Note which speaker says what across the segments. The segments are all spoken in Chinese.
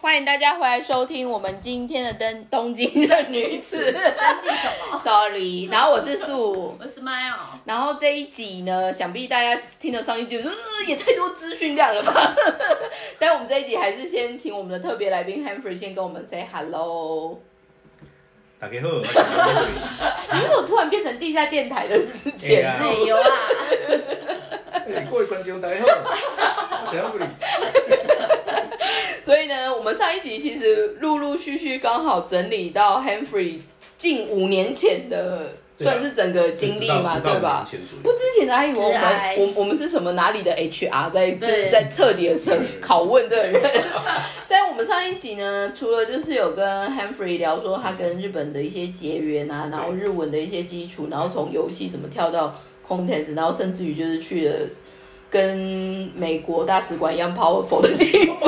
Speaker 1: 欢迎大家回来收听我们今天的登东京的女子
Speaker 2: 登记什么？
Speaker 1: ，sorry。然后我是素，
Speaker 2: 我 smile。
Speaker 1: 然后这一集呢，想必大家听了上一集就，呃，也太多资讯量了吧。 但我们这一集还是先请我们的特别来宾 Humphrey 先跟我们 say hello。
Speaker 3: 大家好，我是王
Speaker 1: 你为什么突然变成地下电台的之前
Speaker 3: 哎呀
Speaker 1: 路？
Speaker 2: 没有啊，
Speaker 3: 瑞欸各位观众大家好，我是安布里。
Speaker 1: 所以呢，我们上一集其实陆陆续续刚好整理到 Humphrey 近五年前的，
Speaker 3: 对啊
Speaker 1: 算是整个经历嘛，对吧？不之前的还以为我
Speaker 2: 直癌
Speaker 1: 们我我们是什么哪里的 HR 在就是
Speaker 2: 对
Speaker 1: 在彻底的审拷问这个人，但我们上一集呢，除了就是有跟 Humphrey 聊说他跟日本的一些结缘啊，然后日文的一些基础，然后从游戏怎么跳到 content，然后甚至于就是去了跟美国大使馆一样 powerful 的地方。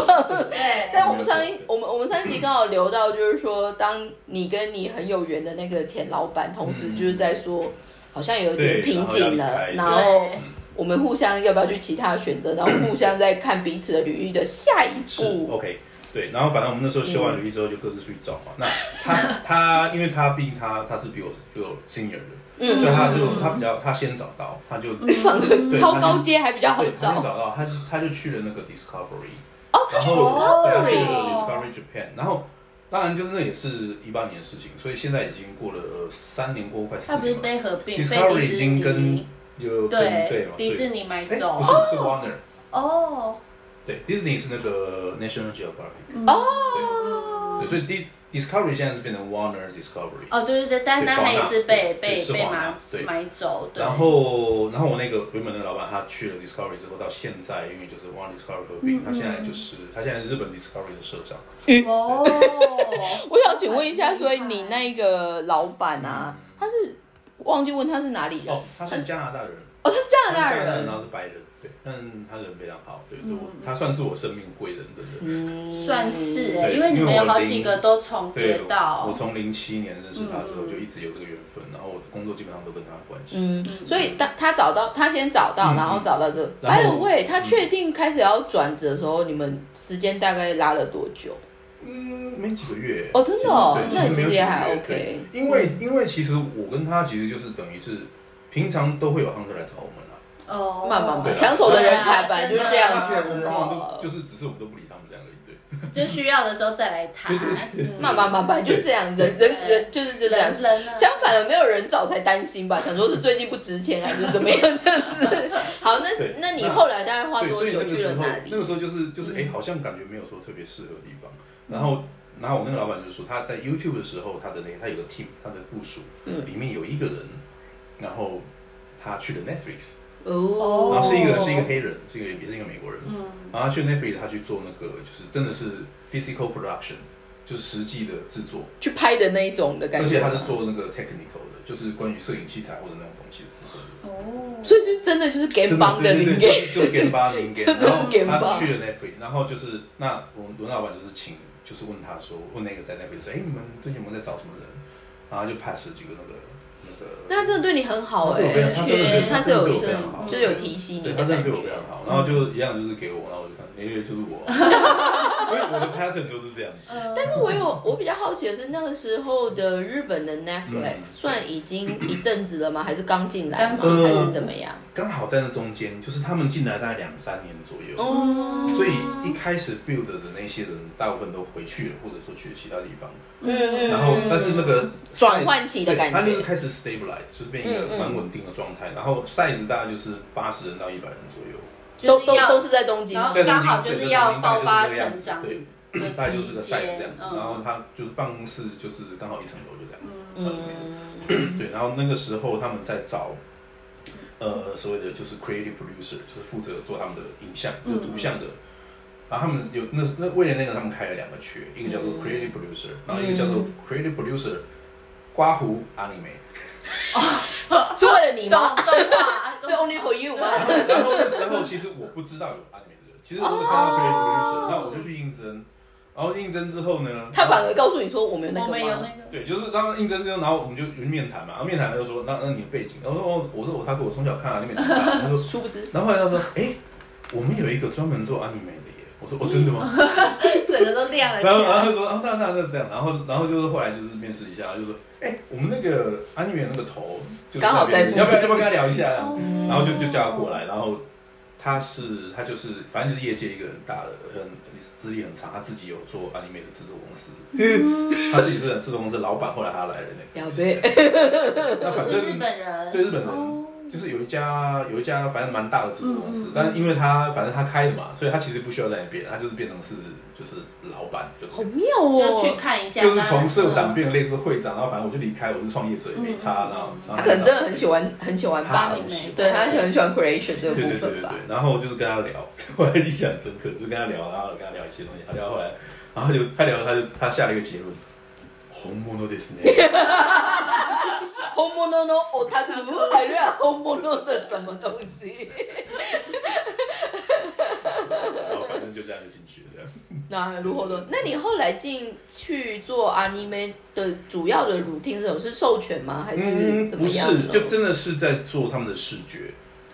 Speaker 2: 对，
Speaker 1: 但我们上一我们我们上一集刚好聊到，就是说，当你跟你很有缘的那个前老板，同时就是在说，好像有点
Speaker 3: 对
Speaker 1: 瓶颈了，
Speaker 3: 然后要离开
Speaker 1: 然后我们互相要不要去其他的选择，然后互相在看彼此的履历的下一
Speaker 3: 是哦
Speaker 1: 步。
Speaker 3: OK，对，然后反正我们那时候修完履历之后就各自出去找嘛。
Speaker 1: 嗯
Speaker 3: 那他他，因为他毕竟他他是比我比我 senior 的，
Speaker 1: 嗯
Speaker 3: 所以他
Speaker 1: 嗯
Speaker 3: 就他比较他先找到，他就对
Speaker 1: 反而超高阶还比较
Speaker 3: 他
Speaker 1: 好
Speaker 3: 先找
Speaker 1: 找。
Speaker 3: 到，他他就去了那个 Discovery，
Speaker 1: 哦，他
Speaker 3: 然
Speaker 1: 去
Speaker 3: 后对啊，去了
Speaker 1: Discovery，
Speaker 3: Discovery Japan，然后。当然，就是那也是一八年的事情，所以现在已经过了呃三年过快四
Speaker 2: 他不是
Speaker 3: 年了。
Speaker 2: 被合并，被
Speaker 3: Discovery
Speaker 2: 迪
Speaker 3: 已
Speaker 2: 士尼
Speaker 3: 经跟有跟对
Speaker 2: 对
Speaker 3: 嘛，所以
Speaker 2: 迪士尼买
Speaker 3: 哎，
Speaker 2: 走
Speaker 3: 不是是 Warner，
Speaker 2: 哦，
Speaker 3: 对，Disney 是那个 National Geographic，
Speaker 1: 哦
Speaker 3: 对，所以 Dis Discovery 现在是变成 Warner Discovery，
Speaker 2: 哦，对对对，但但他也是被
Speaker 3: 对
Speaker 2: 被
Speaker 3: 是华
Speaker 2: 被
Speaker 3: 纳
Speaker 2: 买
Speaker 3: 对
Speaker 2: 买走，对，
Speaker 3: 然后然后我那个原本的老板他去了 Discovery 之后，到现在因为就是 Warner Discovery 合
Speaker 2: 嗯
Speaker 3: 并，他现在就是他现在是日本 Discovery 的社长，
Speaker 2: 哦，
Speaker 1: 我想请问一下，所以你那个老板啊，
Speaker 2: 嗯
Speaker 1: 他是忘记问他是哪里人？
Speaker 3: 哦，他是加拿大人，
Speaker 1: 哦，他是加
Speaker 3: 他是
Speaker 1: 拿大
Speaker 3: 加拿大人，
Speaker 1: 人
Speaker 3: 然。后是白人，对，但他人非常好，
Speaker 2: 嗯
Speaker 3: 对，就他算是我生命贵人，真的。
Speaker 1: 嗯
Speaker 2: 算是哎，
Speaker 3: 对
Speaker 2: 因为你们有
Speaker 3: 因为我
Speaker 2: 好
Speaker 3: 零
Speaker 2: 几个都重叠
Speaker 3: 对，
Speaker 2: 到
Speaker 3: 我，从零七年认识他之后就一直有这个缘分，然后我的工作基本上都跟他有关系。
Speaker 1: 嗯，所以他他找到他先找到，
Speaker 3: 嗯
Speaker 1: 然后找到这。
Speaker 3: 然后嗯
Speaker 1: By the way，他确定开始要转职的时候，你们时间大概拉了多久？
Speaker 3: 嗯，没几个月
Speaker 1: 哦真的哦
Speaker 3: 其实
Speaker 1: 那
Speaker 3: 对
Speaker 1: 你其实
Speaker 3: 没有几个月
Speaker 1: 也还 OK
Speaker 3: 对因为因为其实我跟他其实就是等于是平常都会有 hunter 来找我们啦，
Speaker 2: 哦，
Speaker 1: 慢慢慢，
Speaker 3: 对啊
Speaker 1: 抢手的人才本来就是这样哦
Speaker 3: 子，
Speaker 1: 子
Speaker 3: 然后
Speaker 1: 嘛
Speaker 3: 都，就是只是我们都不理他们这样而已，对，
Speaker 2: 就需要的时候再来谈，嗯
Speaker 1: 慢慢慢慢就是这样，人人人就是这样
Speaker 2: 人。生啊，
Speaker 1: 相反的，没有人找才担心吧？想说是最近不值钱还是怎么样这样子。好，那
Speaker 3: 对
Speaker 1: 那你后来大概花
Speaker 3: 对，所
Speaker 1: 多
Speaker 3: 以那
Speaker 1: 久
Speaker 3: 个
Speaker 1: 去
Speaker 3: 时
Speaker 1: 了
Speaker 3: 候
Speaker 1: 哪里嗯
Speaker 3: 那？个时候就是就是哎、诶好像感觉没有说特别适合的地方，然后。然后我那个老板就说，他在 YouTube 的时候，他的那他有个 team，他的部署、
Speaker 1: 嗯
Speaker 3: 里面有一个人，然后他去了 Netflix，
Speaker 1: 哦
Speaker 3: 然后是一个是一个黑人，是一个也是一个美国人，
Speaker 2: 嗯
Speaker 3: 然后他去 Netflix 他去做那个就是真的是 physical production，就是实际的制作，
Speaker 1: 去拍的那一种的感
Speaker 3: 而
Speaker 1: 觉
Speaker 3: 且他
Speaker 1: 吗，
Speaker 3: 是做那个 technical 的，就是关于摄影器材或者那种东西的部分。
Speaker 2: 哦，
Speaker 1: 所以是真的就是给
Speaker 3: 真
Speaker 1: 帮的
Speaker 3: 对对
Speaker 1: 灵给，，
Speaker 3: 对就是就是给吧 零给，
Speaker 1: 真的是
Speaker 3: 然后
Speaker 1: 给吧
Speaker 3: 他去了 Netflix，然后就是那我我老板就是请，就是问他说，问那个在 Netflix 说，哎，你们最近有没有在找什么人？然后他就 pass 了几个那个那个，
Speaker 1: 那他真的对你很好哎、
Speaker 3: 对我非常他真的对
Speaker 1: 他是有
Speaker 3: 他真的对我非常好
Speaker 1: 就是有提醒你
Speaker 3: 对，
Speaker 1: 的
Speaker 3: 他真的
Speaker 1: 感
Speaker 3: 对
Speaker 1: 觉
Speaker 3: 我非。常好，然后就一样就是给我，然后我就看，哎，就是 我，所以我的 pattern 就是这样子。
Speaker 1: 但是我有我比较好奇的是，那个时候的日本的 Netflix、
Speaker 3: 嗯
Speaker 1: 算已经一阵子了吗？还是刚进来吗？
Speaker 2: 刚进
Speaker 1: 还
Speaker 3: 来
Speaker 1: 是怎么样？
Speaker 3: 刚好在那中间，就是他们进来大概两三年左右，
Speaker 1: 哦，
Speaker 3: 所以一开始 build 的那些人大部分都回去了，或者说去了其他地方。
Speaker 1: 嗯
Speaker 3: 然后，但是那个
Speaker 1: 转换期的感
Speaker 3: 他就是
Speaker 1: 觉，
Speaker 3: 开始 stabilize，就是变一
Speaker 1: 嗯嗯
Speaker 3: 个蛮稳定的状态。然后 size 大概就是八十人到一百人左右，
Speaker 1: 都都
Speaker 2: 就是要
Speaker 1: 都是在东京
Speaker 2: 然
Speaker 1: 吗
Speaker 2: 后
Speaker 3: 对
Speaker 2: 刚好
Speaker 3: 对
Speaker 2: 就是
Speaker 3: 对
Speaker 2: 要
Speaker 3: 对
Speaker 2: 爆发
Speaker 3: 对对
Speaker 2: 成长
Speaker 3: 对
Speaker 2: 的
Speaker 1: 嗯
Speaker 3: 大概就是这个
Speaker 2: 期
Speaker 3: size
Speaker 2: 间
Speaker 3: 这样子。
Speaker 2: 嗯
Speaker 3: 然后他就是办公室就是刚好一层楼就这样。
Speaker 1: 嗯，
Speaker 3: 对，然后那个时候他们在找，呃，所谓的就是 creative producer，就是负责做他们的影像，
Speaker 1: 嗯
Speaker 3: 就图像的。然后他们有那那为了那个，他们开了两个缺，一个叫
Speaker 1: 嗯
Speaker 3: 做 creative producer，、然后一个叫做 creative producer 刮胡 anime。
Speaker 1: 是为了你吗？
Speaker 2: 动画，
Speaker 3: 嗯
Speaker 1: 是 only for you
Speaker 3: 然
Speaker 1: 吗？
Speaker 3: 后然后那时候其实我不知道有 anime 这个，其实我只看到 creative producer，然后我就去应征，然后应征之后呢，
Speaker 1: 哦他反而告诉你说我们有那
Speaker 2: 我
Speaker 1: 个
Speaker 2: 们有那
Speaker 1: 吗？
Speaker 2: 个
Speaker 3: 对，就是当应征之后，然后我们就有面谈嘛，然后面谈他就说，那那你的背景，然后说哦，我说我他说我从小看 anime 长大，他说
Speaker 1: 殊不知，
Speaker 3: 然后后来他说，哎、我们有一个专门做 anime 的耶，我说哦，真的
Speaker 1: 嗯
Speaker 3: 吗？
Speaker 2: 整个都亮了起
Speaker 3: 然后然后
Speaker 2: 来。
Speaker 3: 他就说啊，那那那这样，然后然后就是后来就是面试一下，就说哎，我们那个安妮园那个头就是
Speaker 1: 刚好
Speaker 3: 那边
Speaker 1: 在附近
Speaker 3: 要不要要不要跟他聊一下？
Speaker 2: 哦
Speaker 3: 然后就就叫他过来，然后他是他就是反正就是业界一个很大的很资历很长，他自己有做 anime 的制作公司，
Speaker 2: 嗯
Speaker 3: 他自己是制作公司老板，后来他来了那
Speaker 1: 要
Speaker 3: 个，
Speaker 1: 被
Speaker 3: 那反
Speaker 2: 是日
Speaker 3: 正
Speaker 2: 本人，
Speaker 3: 对日本人
Speaker 2: 哦
Speaker 3: 就是有一家有一家反正蛮大的制作公
Speaker 2: 嗯
Speaker 3: 司，
Speaker 2: 嗯嗯
Speaker 3: 但是因为他反正他开的嘛，所以他其实不需要在那边，他就是变成是就是老板，就是
Speaker 1: 好妙
Speaker 2: 就去
Speaker 1: 哦，
Speaker 2: 看一下，
Speaker 3: 就是从社长变成类似会长，然后反正我就离开，我是创业者也没差，
Speaker 2: 嗯
Speaker 3: 然后然后
Speaker 1: 他可能真的很喜欢很喜欢
Speaker 3: 他
Speaker 1: 吧，
Speaker 3: 很喜欢
Speaker 1: 对他很喜欢 creation 这个
Speaker 3: 对
Speaker 1: 部
Speaker 3: 啊对对
Speaker 1: 分
Speaker 3: 对对
Speaker 1: 吧，，
Speaker 3: 然后就是跟他聊， 我还印象深刻，就跟他聊，然后跟他聊一些东西，他聊后来，然后就他聊他就他下了一个结论，红魔诺ですね，
Speaker 1: 本物のオタク还是本物的什么东西？
Speaker 3: 然后反正就这样就进去了， 这样
Speaker 1: 那如何的？那你后来进去做 anime 的主要的 routine 是什么？是授权吗？还是怎
Speaker 3: 不
Speaker 1: 么样呢？
Speaker 3: 是，就真的是在做他们的视觉，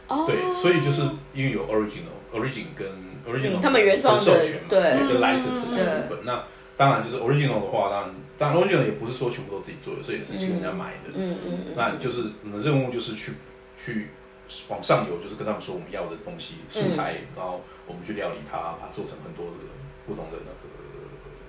Speaker 1: 哦
Speaker 3: 对，所以就是因为有 original origin 跟 original，
Speaker 1: 嗯他们原创的
Speaker 3: 授权嘛，
Speaker 1: 对嗯
Speaker 3: 跟 license 的部分，那当然就是 original 的话，当然当然 original 也不是说全部都自己做的，所以也是请人家买的，
Speaker 1: 嗯嗯嗯，
Speaker 3: 那就是我们的任务就是去去往上游，就是跟他们说我们要的东西
Speaker 1: 嗯
Speaker 3: 素材，然后我们去料理它，把它做成很多的不同的那个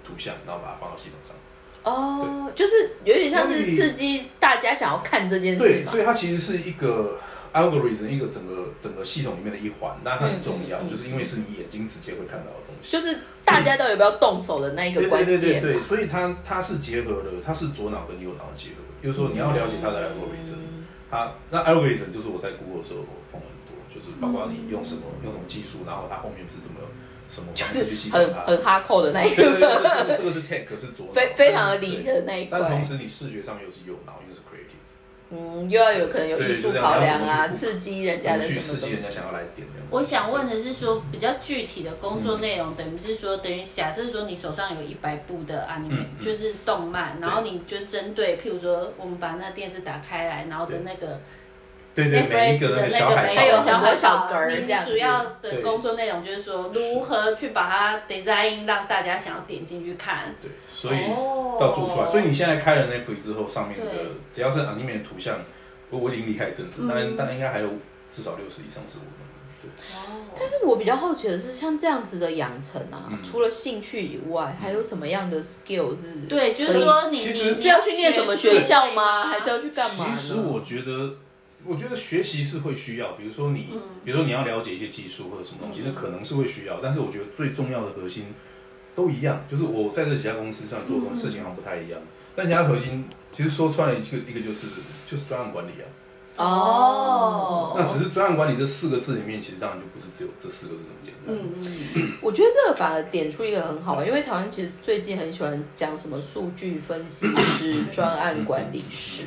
Speaker 3: 图像，然后把它放到系统上。
Speaker 1: 哦，就是有点像
Speaker 3: 所
Speaker 1: 是
Speaker 3: 以
Speaker 1: 刺激大家想要看这件事
Speaker 3: 对，
Speaker 1: 嘛
Speaker 3: 所。以它其实是一个 algorithm，一个整个整个系统里面的一环，那它很重要，
Speaker 1: 嗯嗯嗯
Speaker 3: 就是因为是你眼睛直接会看到的东西。
Speaker 1: 就是大家到底要不要动手的那一个
Speaker 3: 对
Speaker 1: 关
Speaker 3: 对对对
Speaker 1: 键嘛。
Speaker 3: 对，所以它它是结合了，它是左脑跟右脑结合，就是说你要了解它
Speaker 1: 嗯
Speaker 3: 的 algorithm，、它那 algorithm 就是我在 Google 的时候我碰很多，就是包括你用什么、
Speaker 1: 嗯
Speaker 3: 用什么技术，然后它后面是怎么什么方式去计算
Speaker 1: 很
Speaker 3: 它。
Speaker 1: 很哈扣的那一
Speaker 3: 对
Speaker 1: 个，
Speaker 3: 对对，这个这个是 tech 是左脑，
Speaker 1: 非非常的理的那一
Speaker 3: 对但
Speaker 1: 块
Speaker 3: 同。时你视觉上又是右脑，又是 creative，
Speaker 1: 嗯，又要有可能有艺术考量啊，
Speaker 3: 对就
Speaker 1: 刺激人
Speaker 3: 怎
Speaker 1: 家
Speaker 3: 么
Speaker 1: 的
Speaker 3: 去
Speaker 1: 什
Speaker 3: 刺
Speaker 1: 么
Speaker 3: 激人
Speaker 1: 东
Speaker 3: 家
Speaker 1: 西。
Speaker 3: 想要来点的。
Speaker 2: 我想问的是说，比较具体的工作内容，等于是说，等于假设说你手上有一百部的 anime，、
Speaker 3: 嗯嗯
Speaker 2: 就是动漫，
Speaker 3: 对
Speaker 2: 然后你就针对，譬如说，我们把那电视打开来，然后的那个
Speaker 3: 对对，每一
Speaker 2: Netflix
Speaker 3: 个
Speaker 2: 的那
Speaker 3: 那个
Speaker 2: 个
Speaker 3: 小海
Speaker 2: 没
Speaker 1: 还有
Speaker 3: 报
Speaker 1: 小海小格儿
Speaker 2: 你
Speaker 1: 这样子
Speaker 2: 主要的工作内容就是说，如何去把它 design 让大家想要点进去看。
Speaker 3: 对，所以
Speaker 2: 哦
Speaker 3: 到做出来。所以你现在开了 Netflix 之后，上面的
Speaker 2: 对
Speaker 3: 只要是 anime 的图像，我我已经离开政治，当然
Speaker 2: 嗯
Speaker 3: 当然应该还有至少六十以上是我们。对，
Speaker 1: 但是我比较好奇的是，像这样子的养成啊，
Speaker 3: 嗯
Speaker 1: 除了兴趣以外，还有什么样的 skill 是？，
Speaker 2: 对，就是说你
Speaker 3: 其
Speaker 2: 你
Speaker 3: 实
Speaker 2: 你
Speaker 1: 是要去念什么学校吗？还是
Speaker 2: 要
Speaker 1: 要去干嘛呢？
Speaker 3: 其实我觉得，我觉得学习是会需要，比如说
Speaker 1: 嗯
Speaker 3: 你，比如说你要了解一些技术或者什么东西，那可能是会需要。但是我觉得最重要的核心都一样，就是我在这几家公司上做的事情好像不太一
Speaker 1: 嗯
Speaker 3: 样，但其他核心其实说穿了，一个一个就是就是专案管理啊。那
Speaker 1: 哦，
Speaker 3: 只是专案管理这四个字里面，其实当然就不是只有这四个字这么简单。
Speaker 2: 嗯嗯
Speaker 1: 我觉得这个反而点出一个很好啊玩，因为台湾其实最近很喜欢讲什么数据分析师、专案管理师。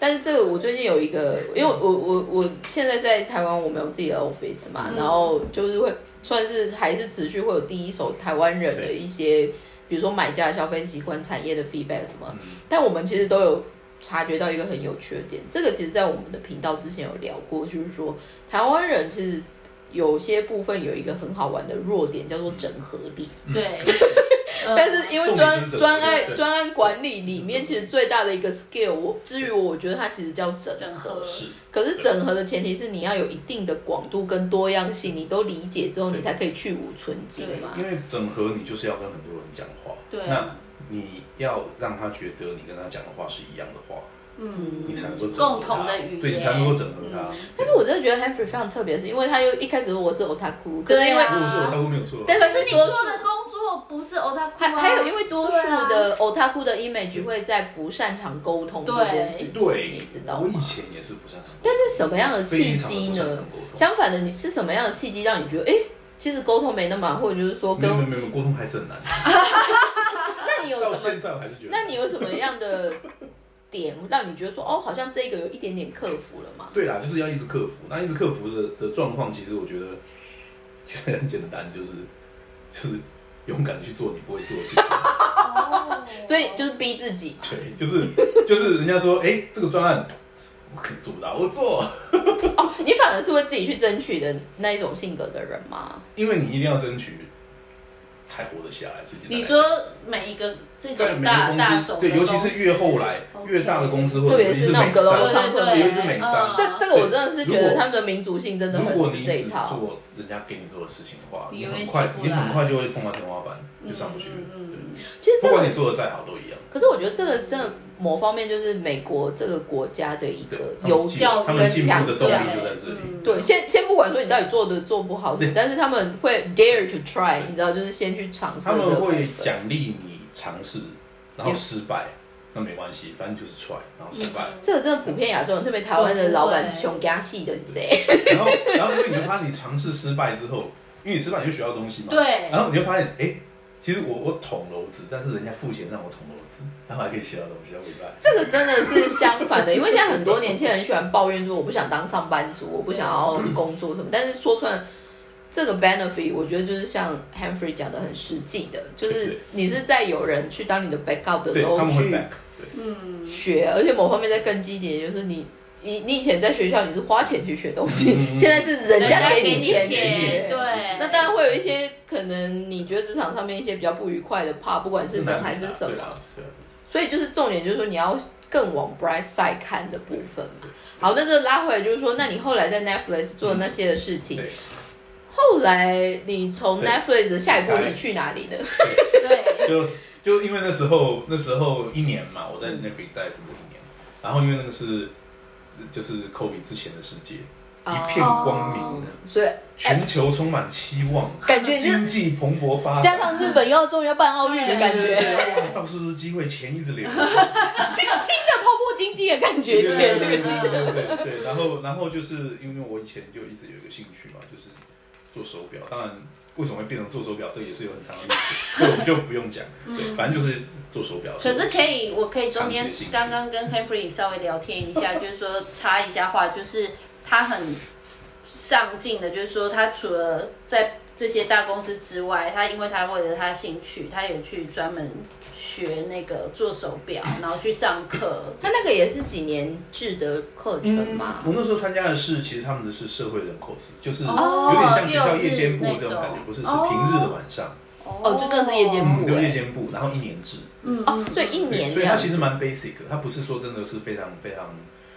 Speaker 1: 但是这个我最近有一个，因为我我我现在在台湾，我们有自己的 office 嘛，然后就是会算是还是持续会有第一手台湾人的一些，比如说买家的消费习惯、产业的 feedback 什么，但我们其实都有察觉到一个很有趣的点，这个其实在我们的频道之前有聊过，就是说台湾人其实有些部分有一个很好玩的弱点，叫做整合力。
Speaker 2: 嗯，对。呃
Speaker 1: 但是因为专
Speaker 3: 重点就
Speaker 1: 专
Speaker 3: 是整
Speaker 1: 案
Speaker 3: 合嗯
Speaker 1: 专案管理里面，其实最大的一个 skill，我至于我，我觉得它其实叫整
Speaker 2: 整
Speaker 1: 合
Speaker 2: 合。
Speaker 3: 是，
Speaker 1: 可是整合的前提是你要有一定的广度跟多样性，你都理解之后，你才可以去无存菁嘛。
Speaker 3: 因为整合你就是要跟很多人讲话，
Speaker 2: 对
Speaker 3: 那你要让他觉得你跟他讲的话是一样的话，
Speaker 2: 嗯，
Speaker 3: 你才能够整合
Speaker 2: 共
Speaker 3: 他
Speaker 2: 同的语言，
Speaker 3: 对你才能够整合他。
Speaker 1: 但是我真的觉得 Henry 非常特别，是因为他又一开始说我是 otaku，可
Speaker 2: 对啊
Speaker 1: 是因为
Speaker 3: 如果是我，他会没有错。啊
Speaker 1: 但
Speaker 2: 可是你
Speaker 1: 多
Speaker 2: 做
Speaker 1: 数
Speaker 2: 的工作不是 otaku，
Speaker 1: 还还有因为多数
Speaker 2: 对啊
Speaker 1: 的 otaku 的 image 会在不擅长沟通这件事情，
Speaker 3: 对，
Speaker 1: 你知道
Speaker 3: 我
Speaker 1: 吗？
Speaker 3: 以前也是不擅长沟通，
Speaker 1: 但是什么样的契
Speaker 3: 非
Speaker 1: 机
Speaker 3: 常地不擅长
Speaker 1: 呢
Speaker 3: 沟？通
Speaker 1: 相反的，你是什么样的契机让你觉得，哎、其实沟通没那么好，或者就是说
Speaker 3: 没
Speaker 1: 跟
Speaker 3: 有没有没有沟通还是 很难，
Speaker 1: 那你有
Speaker 3: 到
Speaker 1: 什么？
Speaker 3: 现在我还是觉得。
Speaker 1: 那你有什么样的点让你觉得说，哦，好像这个有一点点克服了嘛？
Speaker 3: 对啦，就是要一直克服。那一直克服的的状况，其实我觉得其实很简单，就是就是勇敢地去做你不会做的事情。
Speaker 2: 哦
Speaker 1: 所以就是逼自己，
Speaker 3: 对，就是就是人家说，哎、这个专案我可能做不到，我做，
Speaker 1: 哦，你反而是会自己去争取的那一种性格的人吗？
Speaker 3: 因为你一定要争取。才活得下来。最简单
Speaker 2: 你
Speaker 3: 来讲，
Speaker 2: 说每一个这
Speaker 3: 在
Speaker 2: 种
Speaker 3: 每个
Speaker 2: 大大
Speaker 3: 公
Speaker 2: 手
Speaker 3: 司，
Speaker 2: 的
Speaker 3: 对，尤其
Speaker 2: 公
Speaker 3: 是
Speaker 2: 司
Speaker 3: 越后来
Speaker 2: ，OK
Speaker 3: 越大的公司，或
Speaker 1: 特
Speaker 3: 者
Speaker 1: 别
Speaker 3: 尤其
Speaker 1: 是那种
Speaker 3: 美
Speaker 1: global
Speaker 3: 商，
Speaker 2: company
Speaker 3: 尤其是美商
Speaker 2: 嗯，
Speaker 1: 这这个我真的是觉
Speaker 3: 啊如
Speaker 1: 得
Speaker 3: 果
Speaker 1: 他们的民族性真的
Speaker 3: 如
Speaker 1: 很
Speaker 3: 果
Speaker 1: 吃
Speaker 3: 你
Speaker 1: 这
Speaker 3: 只
Speaker 1: 一套。
Speaker 3: 做人家给你做的事情的话，
Speaker 2: 你
Speaker 3: 你
Speaker 2: 永远
Speaker 3: 很快
Speaker 2: 起不
Speaker 3: 你
Speaker 2: 来
Speaker 3: 很快就会碰到天花板，就上不去。
Speaker 2: 嗯嗯嗯
Speaker 3: 对，
Speaker 1: 其实
Speaker 3: 不
Speaker 1: 这
Speaker 3: 管
Speaker 1: 个
Speaker 3: 你，做的再好都一样。
Speaker 1: 可是我觉得这个真的某方面就是美国这个国家的一个
Speaker 3: 对，他
Speaker 1: 有
Speaker 3: 们进
Speaker 1: 教
Speaker 3: 他
Speaker 1: 跟
Speaker 3: 们进
Speaker 1: 强
Speaker 3: 步的动
Speaker 1: 项
Speaker 3: 力。就在这里。
Speaker 2: 嗯
Speaker 1: 对，先先不管说你到底做的做不好
Speaker 3: 嗯对，
Speaker 1: 但是他们会 dare to try，你知道，就是先去
Speaker 2: 嗯
Speaker 1: 尝试
Speaker 3: 他
Speaker 1: 的
Speaker 3: 们
Speaker 1: 部分。
Speaker 3: 会奖励你尝试，然后失败，那没关系，反正就是 try，然后失
Speaker 2: 嗯
Speaker 3: 败。
Speaker 1: 这个真的普遍亚洲人，特别台湾的老板穷加戏的贼，
Speaker 3: 然后，然后因为你会发现你尝试失败之后，因为你失败你就学到东西嘛。
Speaker 2: 对
Speaker 3: 然后你会发现，哎，其实我我捅娄子，但是人家付钱让我捅娄子，然后还可以学到东西，好伟大。
Speaker 1: 这个真的是相反 的，因为现在很多年轻人喜欢抱怨说我不想当上班族，我不想要工作 什么，但是说出来。这个 benefit 我觉得就是像 Humphrey 讲的很实际的，就
Speaker 3: 对
Speaker 1: 是
Speaker 3: 对
Speaker 1: 你是在有人去当你的 backup 的
Speaker 3: 对
Speaker 1: 时候
Speaker 3: 他们会
Speaker 1: 去
Speaker 3: back，对。
Speaker 2: 嗯，
Speaker 1: 学，而且某方面在更积极，就是你你你以前在学校你是花钱去学东西，
Speaker 3: 嗯
Speaker 1: 现在是人家给你
Speaker 2: 钱，
Speaker 1: 钱去学。
Speaker 2: 对，
Speaker 1: 那当然会有一些可能，你觉得职场上面一些比较不愉快的怕，不管是人还是什
Speaker 3: 对
Speaker 1: 么，
Speaker 3: 啦？对啊啦
Speaker 1: 所以就是重点就是说你要更往 bright side 看的部分嘛。好，那这拉回来就是说，那你后来在 Netflix 做那些的事情，
Speaker 3: 对，
Speaker 1: 后来你从
Speaker 3: 嗯对
Speaker 1: Netflix 的下一步
Speaker 3: 离开
Speaker 1: 你去哪里呢？
Speaker 2: 对，
Speaker 3: 就就因为那时候那时候一年嘛，我在 Netflix 待这么一年，然后因为那个是就是 COVID 之前的世界，一片光明
Speaker 1: 哦，所以
Speaker 3: 全球充满希望，
Speaker 1: 感觉就是
Speaker 3: 经济蓬勃发
Speaker 1: 加上
Speaker 3: 展。
Speaker 1: 日本又要终于要办奥运的感
Speaker 3: 对
Speaker 1: 觉
Speaker 3: 对。对哇，到处都是机会，钱一直 流。
Speaker 1: 新新的泡沫经济的感觉，
Speaker 3: 对
Speaker 1: 钱那
Speaker 3: 对对
Speaker 1: 个
Speaker 3: 对
Speaker 1: 新
Speaker 3: 对
Speaker 1: 的。
Speaker 3: 对对对。然后然后就是因为我以前就一直有一个兴趣嘛，就是做手表。当然，为什么会变成做手表，这也是有很长的历史，对，我们就不用讲。
Speaker 1: 嗯
Speaker 3: 对，反正就是做手表。
Speaker 2: 可是可以，我可以中间
Speaker 3: 长期的兴趣
Speaker 2: 刚刚跟 Henry 稍微聊天一 下，就是说插一下话，就是他很上进的，就是说他除了在这些大公司之外，他因为他为了他兴趣，他有去专门学那个做手表，然后去上课。
Speaker 1: 他那个也是几年制的课程嘛？
Speaker 3: 嗯我那时候参加的是，其实他们的是社会人口司，就是有
Speaker 2: 哦
Speaker 3: 点像学校夜间部
Speaker 2: 六日
Speaker 3: 这种感觉
Speaker 2: 那种，
Speaker 3: 不是是平日的晚上，
Speaker 1: 哦就真的是夜间部
Speaker 3: 嗯，对
Speaker 1: 欸
Speaker 3: 夜间部，然后一年制，
Speaker 2: 嗯
Speaker 1: 哦，所以一
Speaker 3: 对
Speaker 1: 年
Speaker 3: 所
Speaker 1: 这
Speaker 3: 以它
Speaker 1: 样。
Speaker 3: 其实蛮 basic，的它不是说真的是非常非常，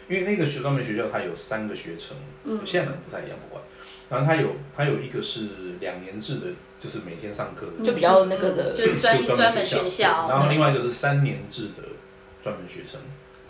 Speaker 3: 因为那个学专门学校它有三个学程，
Speaker 2: 嗯
Speaker 3: 现在可能不太一样，不管，然后它有它有一个是两年制的，就是每天上课的，
Speaker 1: 就比较那个的
Speaker 2: 就是嗯专
Speaker 3: 就
Speaker 2: 专门学
Speaker 3: 学
Speaker 2: 校，
Speaker 3: 然后另外一个是三年制的专门学程，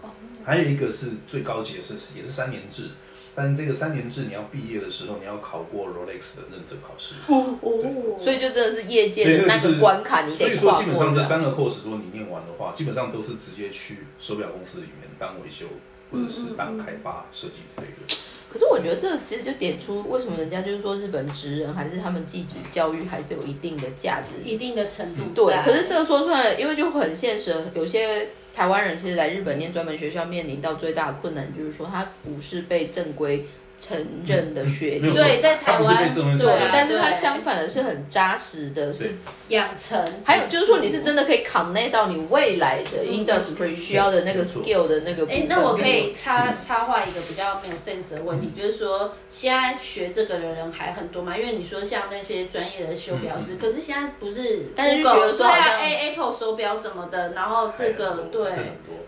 Speaker 2: 哦
Speaker 3: 还有一个是最高级的是也是三年制，但是这个三年制你要毕业的时候你要考过 Rolex 的认证考试，
Speaker 2: 哦，
Speaker 1: 所以就真的是业界
Speaker 3: 对，
Speaker 1: 的那
Speaker 3: 就是
Speaker 1: 个关卡，你
Speaker 3: 所
Speaker 1: 得
Speaker 3: 以说
Speaker 1: 跨
Speaker 3: 基本上
Speaker 1: 过
Speaker 3: 这
Speaker 1: 的。
Speaker 3: 三个 course 如果你念完的话，基本上都是直接去手表公司里面当维修或者是当开发设计之类的。
Speaker 1: 可是我觉得这其实就点出为什么人家就是说日本职人还是他们技职教育还是有一定的价值。
Speaker 2: 一定的程度
Speaker 1: 对
Speaker 2: 在，
Speaker 1: 可是这个说出来，因为就很现实，有些台湾人其实来日本念专门学校，面临到最大的困难就是说他不是被正规承认的学历
Speaker 3: 没有，
Speaker 2: 对，在台
Speaker 3: 他不是被
Speaker 2: 湾
Speaker 3: 这种人
Speaker 2: 对啊，
Speaker 3: 说的
Speaker 1: 但是他
Speaker 2: 对
Speaker 1: 相反的是很扎实的，是
Speaker 2: 养成，
Speaker 1: 还有就是说，你是真的可以 connect 到你未来的 industry 需要的那个
Speaker 3: 没错
Speaker 1: skill 的那个部
Speaker 2: 哎
Speaker 1: 分。，
Speaker 2: 那我可以插插话一个比较没有 sense 的问题，就是说现在学这个的人还很多嘛？因为你说像那些专业的修表师，
Speaker 3: 嗯
Speaker 2: 可是现在不是 Google，
Speaker 1: 但是就觉得说
Speaker 2: 对
Speaker 1: 好像
Speaker 2: 啊，A Apple 手表什么的，然后这个对
Speaker 3: 还，很多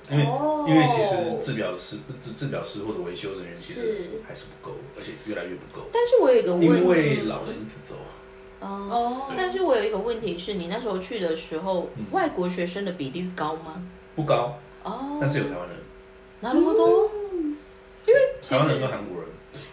Speaker 3: 这很
Speaker 2: 哦
Speaker 3: 多，因为因为其实制表师、不制制表师或者维修人员其
Speaker 2: 是
Speaker 3: 实还是不够，而且越来越不够，
Speaker 1: 但是我有一个
Speaker 3: 因
Speaker 1: 问，
Speaker 3: 为老人一直走。
Speaker 1: 哦，
Speaker 2: 哦，
Speaker 1: 但是我有一个问题是你那时候去的时候，外国学生的比例高吗？
Speaker 3: 不高，
Speaker 1: 哦，
Speaker 3: 但是有台湾人，
Speaker 1: なるほど。
Speaker 3: 台湾人跟韩国人，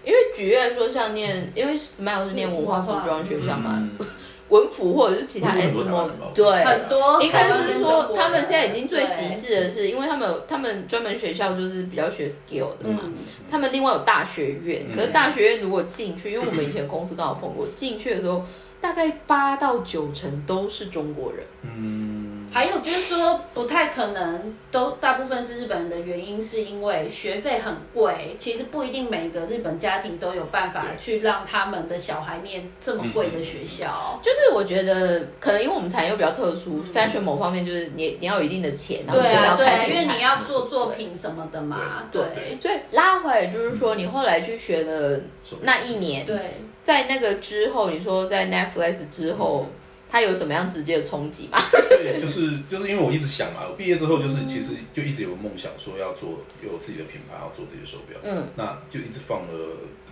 Speaker 1: 因为举例来说，像念，因为 Smile 是念文化服装学校嘛，
Speaker 3: 嗯，
Speaker 1: 文服或者是其他
Speaker 3: 文服
Speaker 1: S mod，
Speaker 3: 很多台湾人吧
Speaker 1: 对，
Speaker 2: 很多
Speaker 1: 应该是说，他们现在已经最极
Speaker 2: 致，
Speaker 1: 致的是，因为他们有他们专门学校就是比较学 skill 的嘛，
Speaker 2: 嗯
Speaker 1: 他们另外有大学院，
Speaker 3: 嗯
Speaker 1: 可是大学院如果进去，因为我们以前公司刚好碰过，进去的时候大概八到九成都是中国人，
Speaker 3: 嗯，
Speaker 2: 还有就是说，不太可能都大部分是日本人的原因，是因为学费很贵。其实不一定每个日本家庭都有办法
Speaker 3: 对
Speaker 2: 去让他们的小孩念这么贵的学校。
Speaker 1: 就是我觉得可能因为我们产业比较特殊、f a s h i o n 某方面就是你你要有一定的钱，然后
Speaker 2: 嗯对
Speaker 1: 你才
Speaker 2: 啊，
Speaker 1: 要
Speaker 2: 对
Speaker 1: 开
Speaker 2: 啊，
Speaker 1: 始
Speaker 2: 因为
Speaker 1: 买
Speaker 2: 你要做作品什么的嘛。
Speaker 3: 对
Speaker 2: 对
Speaker 1: 所以拉回来就是说，你后来去学了
Speaker 3: 手表
Speaker 1: 那一年，
Speaker 2: 对，嗯
Speaker 1: 在那个之后，你说在 Netflix 之后，它有什么样直接的冲击吗？
Speaker 3: 对，就是就是因为我一直想嘛，我毕业之后就是其实就一直有梦想，说要做有自己的品牌，要做自己的手表。
Speaker 1: 嗯，
Speaker 3: 那就一直放了，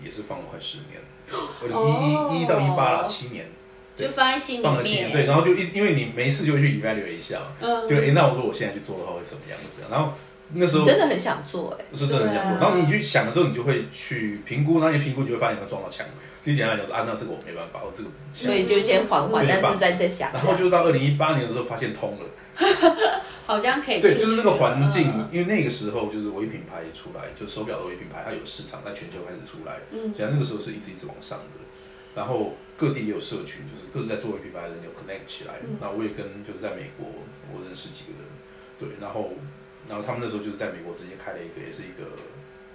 Speaker 3: 也是放了快十年，我一一一到一八啦，七年，
Speaker 2: 就放在心里
Speaker 3: 放了七年。
Speaker 2: 面。
Speaker 3: 对，然后就一因为你没事就会去 evaluate 一下嘛，
Speaker 2: 嗯
Speaker 3: 就哎、诶那我说我现在去做的话会怎么样？怎么样？然后那时候
Speaker 1: 真的很想做哎、
Speaker 3: 是真的很想做，
Speaker 2: 对啊
Speaker 3: 然后你去想的时候，你就会去评估，然后你评估你就会发现它撞到墙。其实简单来讲说啊，那这个我没办法，我这个
Speaker 1: 所以就先缓缓，
Speaker 3: 没
Speaker 1: 但
Speaker 3: 办法
Speaker 1: 是再再想。
Speaker 3: 然后就到二零一八年的时候发现通了。
Speaker 2: 好像可以
Speaker 3: 对，
Speaker 2: 出
Speaker 3: 就是
Speaker 2: 去
Speaker 3: 那个
Speaker 2: 了
Speaker 3: 环境，
Speaker 2: 嗯
Speaker 3: 因为那个时候就是微品牌出来，就手表的微品牌，它有市场，在全球开始出来，
Speaker 2: 嗯
Speaker 3: 其实那个时候是一直一直往上的。然后各地也有社群，就是各自在做微品牌的人有 connect 起来。那、我也跟就是在美国，我认识几个人，对，然后然后他们那时候就是在美国直接开了一个，也是一个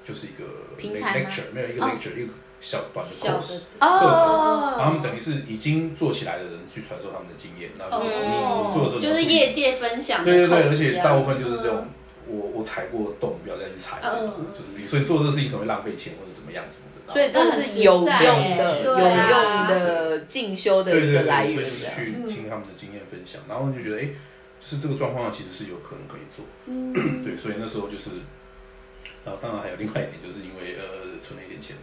Speaker 3: 就是一个
Speaker 1: 平台吗
Speaker 3: lecture，没有一个
Speaker 1: 哦
Speaker 3: lecture，、一个小短的
Speaker 2: 小
Speaker 3: course，
Speaker 2: 的
Speaker 1: 哦，
Speaker 3: 然后他们等于是已经做起来的人去传授他们的经验，然后就说、
Speaker 1: 哦
Speaker 3: 你你做的时候你
Speaker 2: 就
Speaker 3: 要
Speaker 2: 是
Speaker 3: 注意
Speaker 2: 业界分享的
Speaker 3: 对对对，
Speaker 2: coach
Speaker 3: 而且
Speaker 1: 啊
Speaker 2: 这样
Speaker 3: 大部分就是这种，我我踩过洞，不要再去踩那种，
Speaker 2: 嗯
Speaker 3: 就是你所以做这个事情可能会浪费钱或者怎么样什么的。
Speaker 1: 所以这是有用
Speaker 2: 这很实
Speaker 1: 的、
Speaker 2: 在耶
Speaker 1: 有
Speaker 2: 对啊
Speaker 1: 用的进修的
Speaker 3: 对对
Speaker 1: 一个
Speaker 3: 对，
Speaker 1: 来
Speaker 3: 对
Speaker 1: 源，
Speaker 3: 所以
Speaker 1: 这
Speaker 3: 就是
Speaker 1: 样。嗯
Speaker 3: 去听他们的经验分享，然后就觉得哎，就是这个状况其实是有可能可以做。
Speaker 2: 嗯，
Speaker 3: 对，所以那时候就是，然后当然还有另外一点，就是因为呃存了一点钱，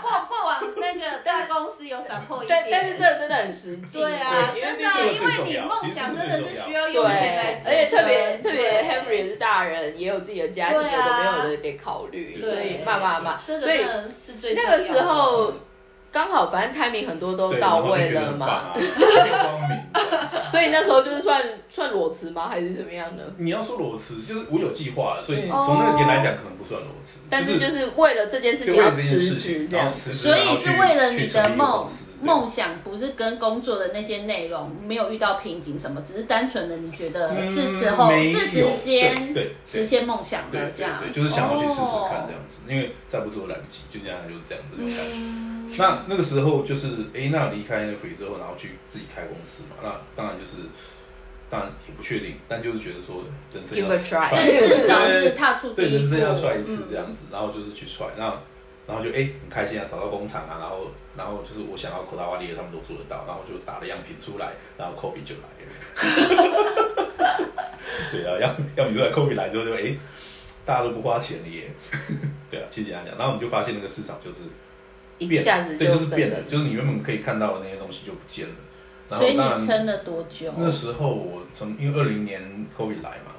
Speaker 2: 过过往那个大公司有闪破一
Speaker 1: 但
Speaker 2: 点，
Speaker 1: 但是这个真的很实际，
Speaker 2: 对
Speaker 1: 因
Speaker 2: 啊，
Speaker 1: 为
Speaker 2: 真
Speaker 1: 毕
Speaker 2: 的，
Speaker 1: 竟。
Speaker 2: 因为你梦想真的是需要
Speaker 1: 对，
Speaker 2: 用钱来支
Speaker 1: 而
Speaker 2: 撑，
Speaker 1: 且特别特别
Speaker 2: 对
Speaker 1: Henry 也是大人，也有自己的家庭，有
Speaker 2: 对
Speaker 1: 的没
Speaker 2: 啊
Speaker 1: 有的得考虑，
Speaker 3: 对
Speaker 1: 所以慢慢慢，
Speaker 2: 这个
Speaker 1: 所以
Speaker 2: 真的是最重
Speaker 1: 那
Speaker 2: 要的
Speaker 1: 个时候刚好，反正 timing 很多 都
Speaker 3: 对，然
Speaker 1: 到
Speaker 3: 后就
Speaker 1: 位
Speaker 3: 觉得
Speaker 1: 了
Speaker 3: 很棒
Speaker 1: 嘛，
Speaker 3: 啊，很光明。
Speaker 1: 所以那时候就是算算裸辞吗，还是怎么样呢？
Speaker 3: 你要说裸辞，就是我有计划了，所以
Speaker 1: 嗯
Speaker 3: 从那个点来讲，可能不算裸辞，
Speaker 1: 但是
Speaker 3: 是
Speaker 1: 就是为了这件事
Speaker 3: 就
Speaker 1: 情
Speaker 3: 为
Speaker 1: 要
Speaker 3: 了这件
Speaker 1: 辞
Speaker 3: 事
Speaker 1: 职
Speaker 3: 情，
Speaker 1: 这
Speaker 3: 然
Speaker 1: 样
Speaker 3: 后，辞职
Speaker 2: 所以
Speaker 3: 然后
Speaker 2: 是
Speaker 3: 去
Speaker 2: 为了你
Speaker 3: 去
Speaker 2: 的
Speaker 3: 成立一个
Speaker 2: 梦
Speaker 3: 公司对
Speaker 2: 梦想，不是跟工作的那些内容没有遇到瓶颈什么，只是单纯的你觉得
Speaker 3: 嗯
Speaker 2: 是时候、
Speaker 3: 没有
Speaker 2: 是时间
Speaker 3: 对对对
Speaker 2: 实现梦想
Speaker 3: 对
Speaker 2: 了，这
Speaker 3: 对
Speaker 2: 样
Speaker 3: 对，就是想要去试试看
Speaker 2: 哦
Speaker 3: 这样子，因为再不做来不及，就这样就是这样子这种感觉。
Speaker 2: 嗯哦
Speaker 3: 那那个时候就是哎，那离开那 free 之后，然后去自己开公司嘛，那当然就是。当然也不确定，但就是觉得说人生
Speaker 1: Give a
Speaker 3: 要
Speaker 1: try
Speaker 3: 踹
Speaker 2: 至至少是踏出第
Speaker 3: 对，
Speaker 2: 一
Speaker 3: 人
Speaker 2: 步嗯
Speaker 3: 生要摔一次这样子，然后就是去摔，那然后就哎、很开心啊，找到工厂啊，然后然后就是我想要口达瓦利的，他们都做得到，然后就打了样品出来，然后 coffee 就来了。 对啊，样样品出来，coffee 来之后就哎、大家都不花钱了耶。 对啊，其实简单讲，然后你就发现那个市场就是
Speaker 1: 一
Speaker 3: 变了，
Speaker 1: 下子
Speaker 3: 对，就是
Speaker 1: 整
Speaker 3: 变
Speaker 1: 个
Speaker 3: 了，就是你原本可以看到的那些东西就不见了。然
Speaker 2: 嗯
Speaker 3: 后
Speaker 2: 所以
Speaker 3: 当然
Speaker 2: 你撑了多久？
Speaker 3: 那时候我从因为二零年 COVID 来嘛，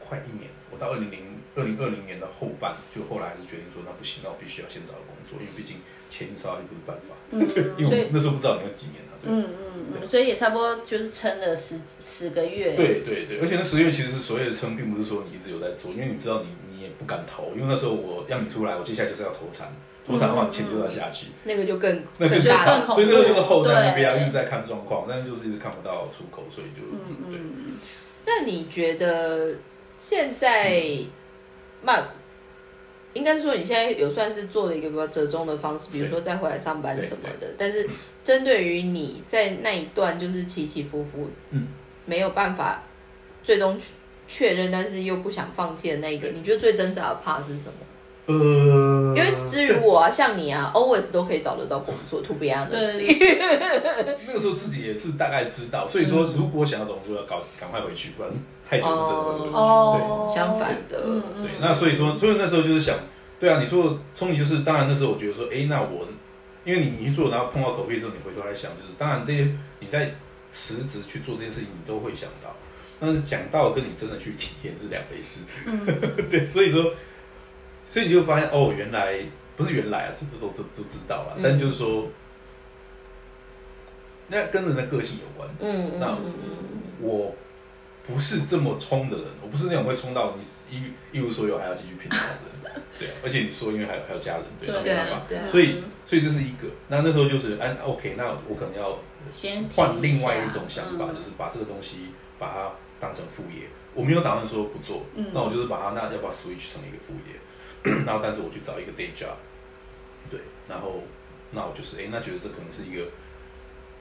Speaker 3: 快一年，我到二零零二零二零年的后半，就后来还是决定说，那不行，那我必须要先找个工作，因为毕竟钱一烧就不是办法。对，
Speaker 1: 嗯
Speaker 3: 因
Speaker 1: 所
Speaker 3: 为
Speaker 1: 以
Speaker 3: 我那时候不知道你有几年啊。对、
Speaker 2: 嗯嗯嗯，所以也差不多就是撑了十十个月。，
Speaker 3: 对对对，而且那十月其实所谓的撑，并不是说你一直有在做，因为你知道你你也不敢投，因为那时候我要你出来，我接下来就是要投产，投产的话钱就要下去。
Speaker 1: 那个就更
Speaker 3: 那就
Speaker 1: 更
Speaker 3: 是
Speaker 1: 大
Speaker 2: 更
Speaker 1: 了。
Speaker 2: 恐怖
Speaker 3: 所以那个就是后在那边啊，
Speaker 2: 对
Speaker 3: 一直在看状况，但是就是一直看不到出口，所以就
Speaker 1: 嗯
Speaker 2: 嗯
Speaker 3: 对。
Speaker 1: 那你觉得现在慢，应该说你现在有算是做了一个比较折中的方式，比如说再回来上班什么的。但是针对于你在那一段就是起起伏伏，
Speaker 3: 嗯，
Speaker 1: 没有办法最终确确认，但是又不想放弃的那一个，
Speaker 3: 对
Speaker 1: 你觉得最挣扎的怕是什么？
Speaker 3: 呃，
Speaker 1: 因为至于我啊，像你啊，always 都可以找得到工作，to be honest。
Speaker 2: 嗯 对，
Speaker 3: 那个时候自己也是大概知道，所以说如果想要找工作，要搞赶快回去，不然太久是真的会回不去。
Speaker 2: 哦，
Speaker 1: 相反的
Speaker 2: 嗯
Speaker 3: 对
Speaker 2: 嗯
Speaker 3: 对，，那所以说，所以那时候就是想，对啊，你说的冲击就是，当然那时候我觉得说，哎，那我因为你你去做，然后碰到口碑之后，你回头来想，就是当然这些你在辞职去做这件事情，你都会想到，但是想到跟你真的去体验是两回事。
Speaker 2: 嗯
Speaker 3: 对，所以说，所以你就发现哦，原来不是原来啊，这个都都都知道了，
Speaker 1: 嗯
Speaker 3: 但就是说，那跟人的个性有关。
Speaker 1: 嗯嗯
Speaker 3: 那
Speaker 1: 嗯嗯，
Speaker 3: 我不是这么冲的人，我不是那种会冲到你一一无所有还要继续拼的人。对啊，而且你说因为还有还有家人，对，
Speaker 2: 对
Speaker 3: 那没办法。
Speaker 1: 对对
Speaker 3: 所以所以这是一个。那那时候就是，哎、OK，那我可能要
Speaker 2: 先
Speaker 3: 换另外一种想法，
Speaker 2: 嗯
Speaker 3: 就是把这个东西把它当成副业。我没有打算说不做，
Speaker 1: 嗯
Speaker 3: 那我就是把它那要把 switch 成一个副业， 然后但是我去找一个 day job，对，然后那我就是哎、诶那觉得这可能是一个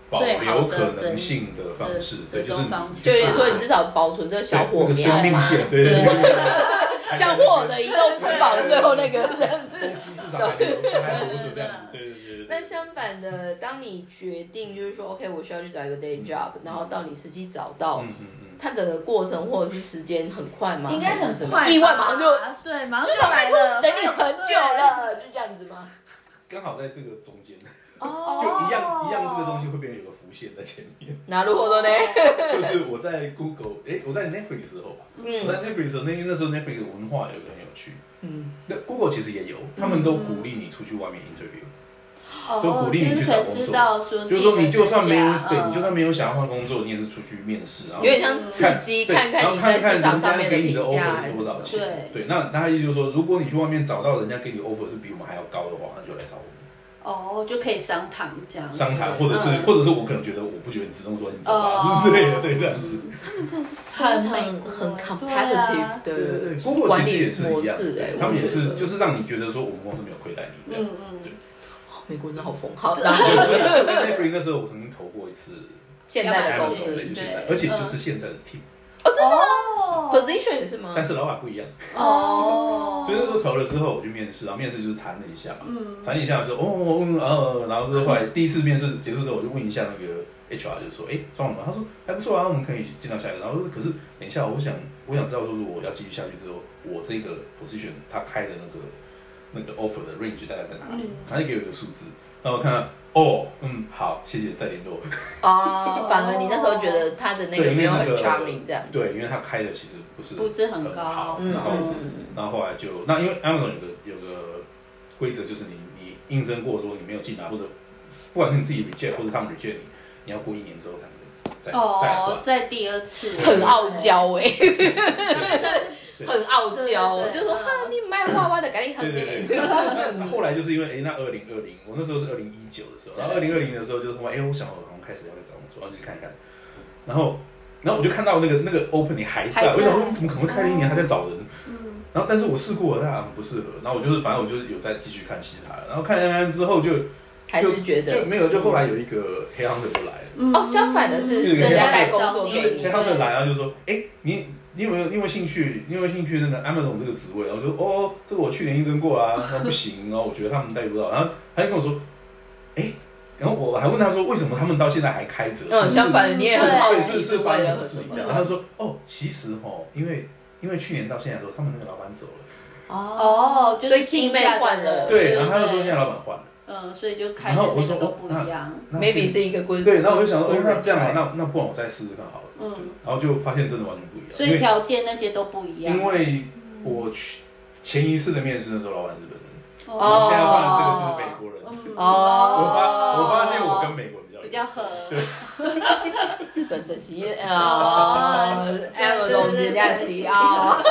Speaker 3: 保
Speaker 2: 最好
Speaker 3: 留
Speaker 2: 的
Speaker 3: 可能性的方式，
Speaker 2: 这
Speaker 3: 对，
Speaker 2: 这
Speaker 3: 就是
Speaker 2: 种方
Speaker 3: 你
Speaker 2: 式
Speaker 1: 就
Speaker 2: 对
Speaker 1: 是说你至少保存这小
Speaker 3: 对
Speaker 1: 火
Speaker 3: 那个
Speaker 1: 苗啊
Speaker 3: 生命
Speaker 1: 嘛。
Speaker 3: 线，对对对，
Speaker 1: 像霍尔的移动城堡的最后那个这样子，
Speaker 3: 公司至少还留还活着这样子，对对对 对。
Speaker 1: 那相反的，当你决定就是说，OK，我需要去找一个 day job，、然后到你实际找到，
Speaker 3: 嗯嗯嗯，
Speaker 1: 它整个过程或者是时间很快吗？
Speaker 2: 应该
Speaker 1: 还是
Speaker 2: 很
Speaker 1: 怎么样
Speaker 2: 快吧，
Speaker 1: 嗯意外马上就
Speaker 2: 对，马上
Speaker 1: 就
Speaker 2: 就
Speaker 1: 想
Speaker 2: 来
Speaker 1: 拜托
Speaker 2: 了，
Speaker 1: 等你很久了，就这样子吗？
Speaker 3: 刚好在这个中间，就
Speaker 1: 哦
Speaker 3: 一样一样这个东西会变成有个浮现在前面。
Speaker 1: なるほどね。
Speaker 3: 就是我在 Google，哎、我在 Netflix 的时候吧，
Speaker 2: 哦
Speaker 3: 我在
Speaker 1: 嗯
Speaker 3: Netflix 的时候，那那时候 Netflix 的文化有一个很有趣。
Speaker 1: 嗯，
Speaker 3: 那 Google 其实也有，他们都鼓励你出去外面 interview，、
Speaker 2: 哦
Speaker 3: 都鼓励你去找工作
Speaker 2: 就是可能知道
Speaker 1: 嗯
Speaker 2: 说，
Speaker 3: 就是说你就算没有、对
Speaker 2: 嗯
Speaker 3: 你就算没有想要换工作，你也是出去面试，然后
Speaker 1: 有点像刺激，
Speaker 3: 对
Speaker 1: 看
Speaker 3: 然后
Speaker 1: 你
Speaker 3: 看
Speaker 1: 在
Speaker 3: 看
Speaker 1: 市场上
Speaker 3: 人
Speaker 1: 面
Speaker 3: 家给你
Speaker 1: 评
Speaker 3: 的
Speaker 1: 价
Speaker 3: offer
Speaker 1: 还
Speaker 3: 是
Speaker 1: 是
Speaker 3: 多
Speaker 1: 怎
Speaker 3: 少
Speaker 1: 么
Speaker 3: 钱。
Speaker 1: 样。
Speaker 2: 对
Speaker 3: 对，那他意思就是说，如果你去外面找到人家给你的 offer 是比我们还要高的话，那就来找我们
Speaker 2: 哦，就可以商谈这样子，
Speaker 3: 商谈，或者是、
Speaker 2: 嗯
Speaker 3: 或者是我可能觉得我不觉得你值那么多，你走
Speaker 2: 哦
Speaker 3: 吧、之类的，对这样子。
Speaker 1: 他们真的是非
Speaker 2: 很美
Speaker 1: 常
Speaker 2: 国
Speaker 1: 很
Speaker 2: 对啊啊
Speaker 1: competitive
Speaker 3: 对对对
Speaker 1: 的
Speaker 3: ，Google
Speaker 1: 管
Speaker 3: 其实
Speaker 1: 理
Speaker 3: 也是
Speaker 1: 模
Speaker 3: 一样
Speaker 1: 式，哎
Speaker 3: 对，他们也
Speaker 1: 我觉
Speaker 3: 是
Speaker 1: 得
Speaker 3: 就是让你觉得说我们公司没有亏待你这样子，
Speaker 2: 嗯嗯
Speaker 3: 对。
Speaker 1: 美国人真的好疯，好，
Speaker 2: 对
Speaker 1: 然后
Speaker 3: 所以所以 Netflix 那时候我曾经投过一次
Speaker 1: 现 在的公
Speaker 3: Amazon
Speaker 1: 司嗯
Speaker 3: 类，就现在
Speaker 2: 对，
Speaker 3: 而且就是现在的 team，
Speaker 1: 哦，真的吗
Speaker 2: 哦，
Speaker 1: ？Position 也是吗？
Speaker 3: 但是老板不一样。
Speaker 2: 哦，
Speaker 3: 所以那时候投了之后，我去面试，然后面试就是谈了一下嘛，
Speaker 2: 嗯，
Speaker 3: 谈了一下之后，哦，嗯呃，然后之后后来第一次面试结束之后，我就问一下那个 HR，就说，哎，装了吗？他说还不错啊，我们可以进到下一个。然后我说可是等一下，我想我想知道说，如果我要继续下去之后，我这个 position 他开的那个那个 offer 的 range 大概在哪里
Speaker 2: 嗯？
Speaker 3: 他就给我一个数字，然后我看看，哦，嗯，好，谢谢，再联络。
Speaker 1: 哦，反而你那时候觉得他的那个
Speaker 3: 对因
Speaker 1: 没
Speaker 3: 为
Speaker 1: 有
Speaker 3: 那
Speaker 1: 很
Speaker 3: 个
Speaker 1: charming 这样。
Speaker 3: 对，因为他开的其实不是
Speaker 2: 不是很高
Speaker 3: 好，
Speaker 1: 嗯
Speaker 3: 然后
Speaker 1: 嗯嗯
Speaker 3: 然后后来就那因为 Amazon 有个有个规则，就是你你应征过，如果你没有进来，或者不管是你自己 reject 或者他们 reject 你，你要过一年之后才能再再
Speaker 2: 哦，
Speaker 3: 换。
Speaker 2: 在第二次
Speaker 1: 嗯很傲，娇哎、
Speaker 2: 对对
Speaker 3: 对
Speaker 1: 很傲娇，我
Speaker 2: 对对对
Speaker 1: 就说
Speaker 2: 嗯
Speaker 1: 哈，你卖娃娃的赶紧很欸
Speaker 3: 对对对，那后来就是因为哎，那二零二零，我那时候是二零一九的时候，然后二零二零的时候就是突然哎，我想我好像开始要找工作，然后就去看一看，然后然后我就看到那个那个 opening 还
Speaker 1: 还在
Speaker 3: 在，我想说你怎么可能会开了一年还在找人？
Speaker 2: 嗯，
Speaker 3: 然后但是我试过了，但好像不适合，然后我就是反正我就是有在继续看其他的，然后看看看之后就
Speaker 1: 还是觉得嗯
Speaker 3: 就没有，就后来有一个黑行的就来了，
Speaker 1: 哦，相反的是
Speaker 3: 这个
Speaker 1: 人家带
Speaker 2: 带
Speaker 1: 工作给你
Speaker 3: 黑，行的来，然后就说，哎，你你有没有你有没有兴趣？你有没有兴趣那个 Amazon 这个职位？然后就说，哦，这个我去年应征 过啊，那不行，然后我觉得他们带不到，然后他就跟我说，哎，然后我还问他说，为什么他们到现在还开着？
Speaker 1: 嗯，
Speaker 3: 是不
Speaker 1: 相
Speaker 3: 是
Speaker 1: 反的你也很好
Speaker 3: 对，
Speaker 1: 奇
Speaker 3: 是
Speaker 1: 是
Speaker 3: 是
Speaker 1: 为
Speaker 3: 发
Speaker 1: 了
Speaker 3: 生
Speaker 1: 什
Speaker 3: 什
Speaker 1: 么
Speaker 3: 么事情？然后他说，哦，其实哦，因为因为去年到现在的时候，他们那个老板走了，
Speaker 2: 哦，就是
Speaker 1: 所以 King 妹
Speaker 2: 定价的
Speaker 1: 换了
Speaker 3: 对，然后他就说现在老板换了，
Speaker 2: 嗯，所以就开
Speaker 3: 然
Speaker 2: 的
Speaker 3: 后我
Speaker 2: 那
Speaker 3: 说
Speaker 2: 个都
Speaker 3: 哦，
Speaker 2: 不一
Speaker 3: 那
Speaker 2: 样，
Speaker 3: 那
Speaker 1: maybe 是一个 good，
Speaker 3: 对，那我就想说，
Speaker 1: good
Speaker 3: 哦，那这样吧
Speaker 1: try，
Speaker 3: 那那不然我再试试看好了。
Speaker 2: 嗯
Speaker 3: 对，然后就发现真的完全不一样。
Speaker 2: 所以条件那些都不一样，
Speaker 3: 因为因为我去前一次的面试的时候，老板是日本人，
Speaker 1: 哦
Speaker 3: 我现在换了这个是美国人。
Speaker 2: 嗯
Speaker 1: 哦
Speaker 3: 我发我发现我跟美国人比较
Speaker 2: 比较合，
Speaker 1: 日本的洗衣 啊，Amazon 这家洗啊，
Speaker 2: 哦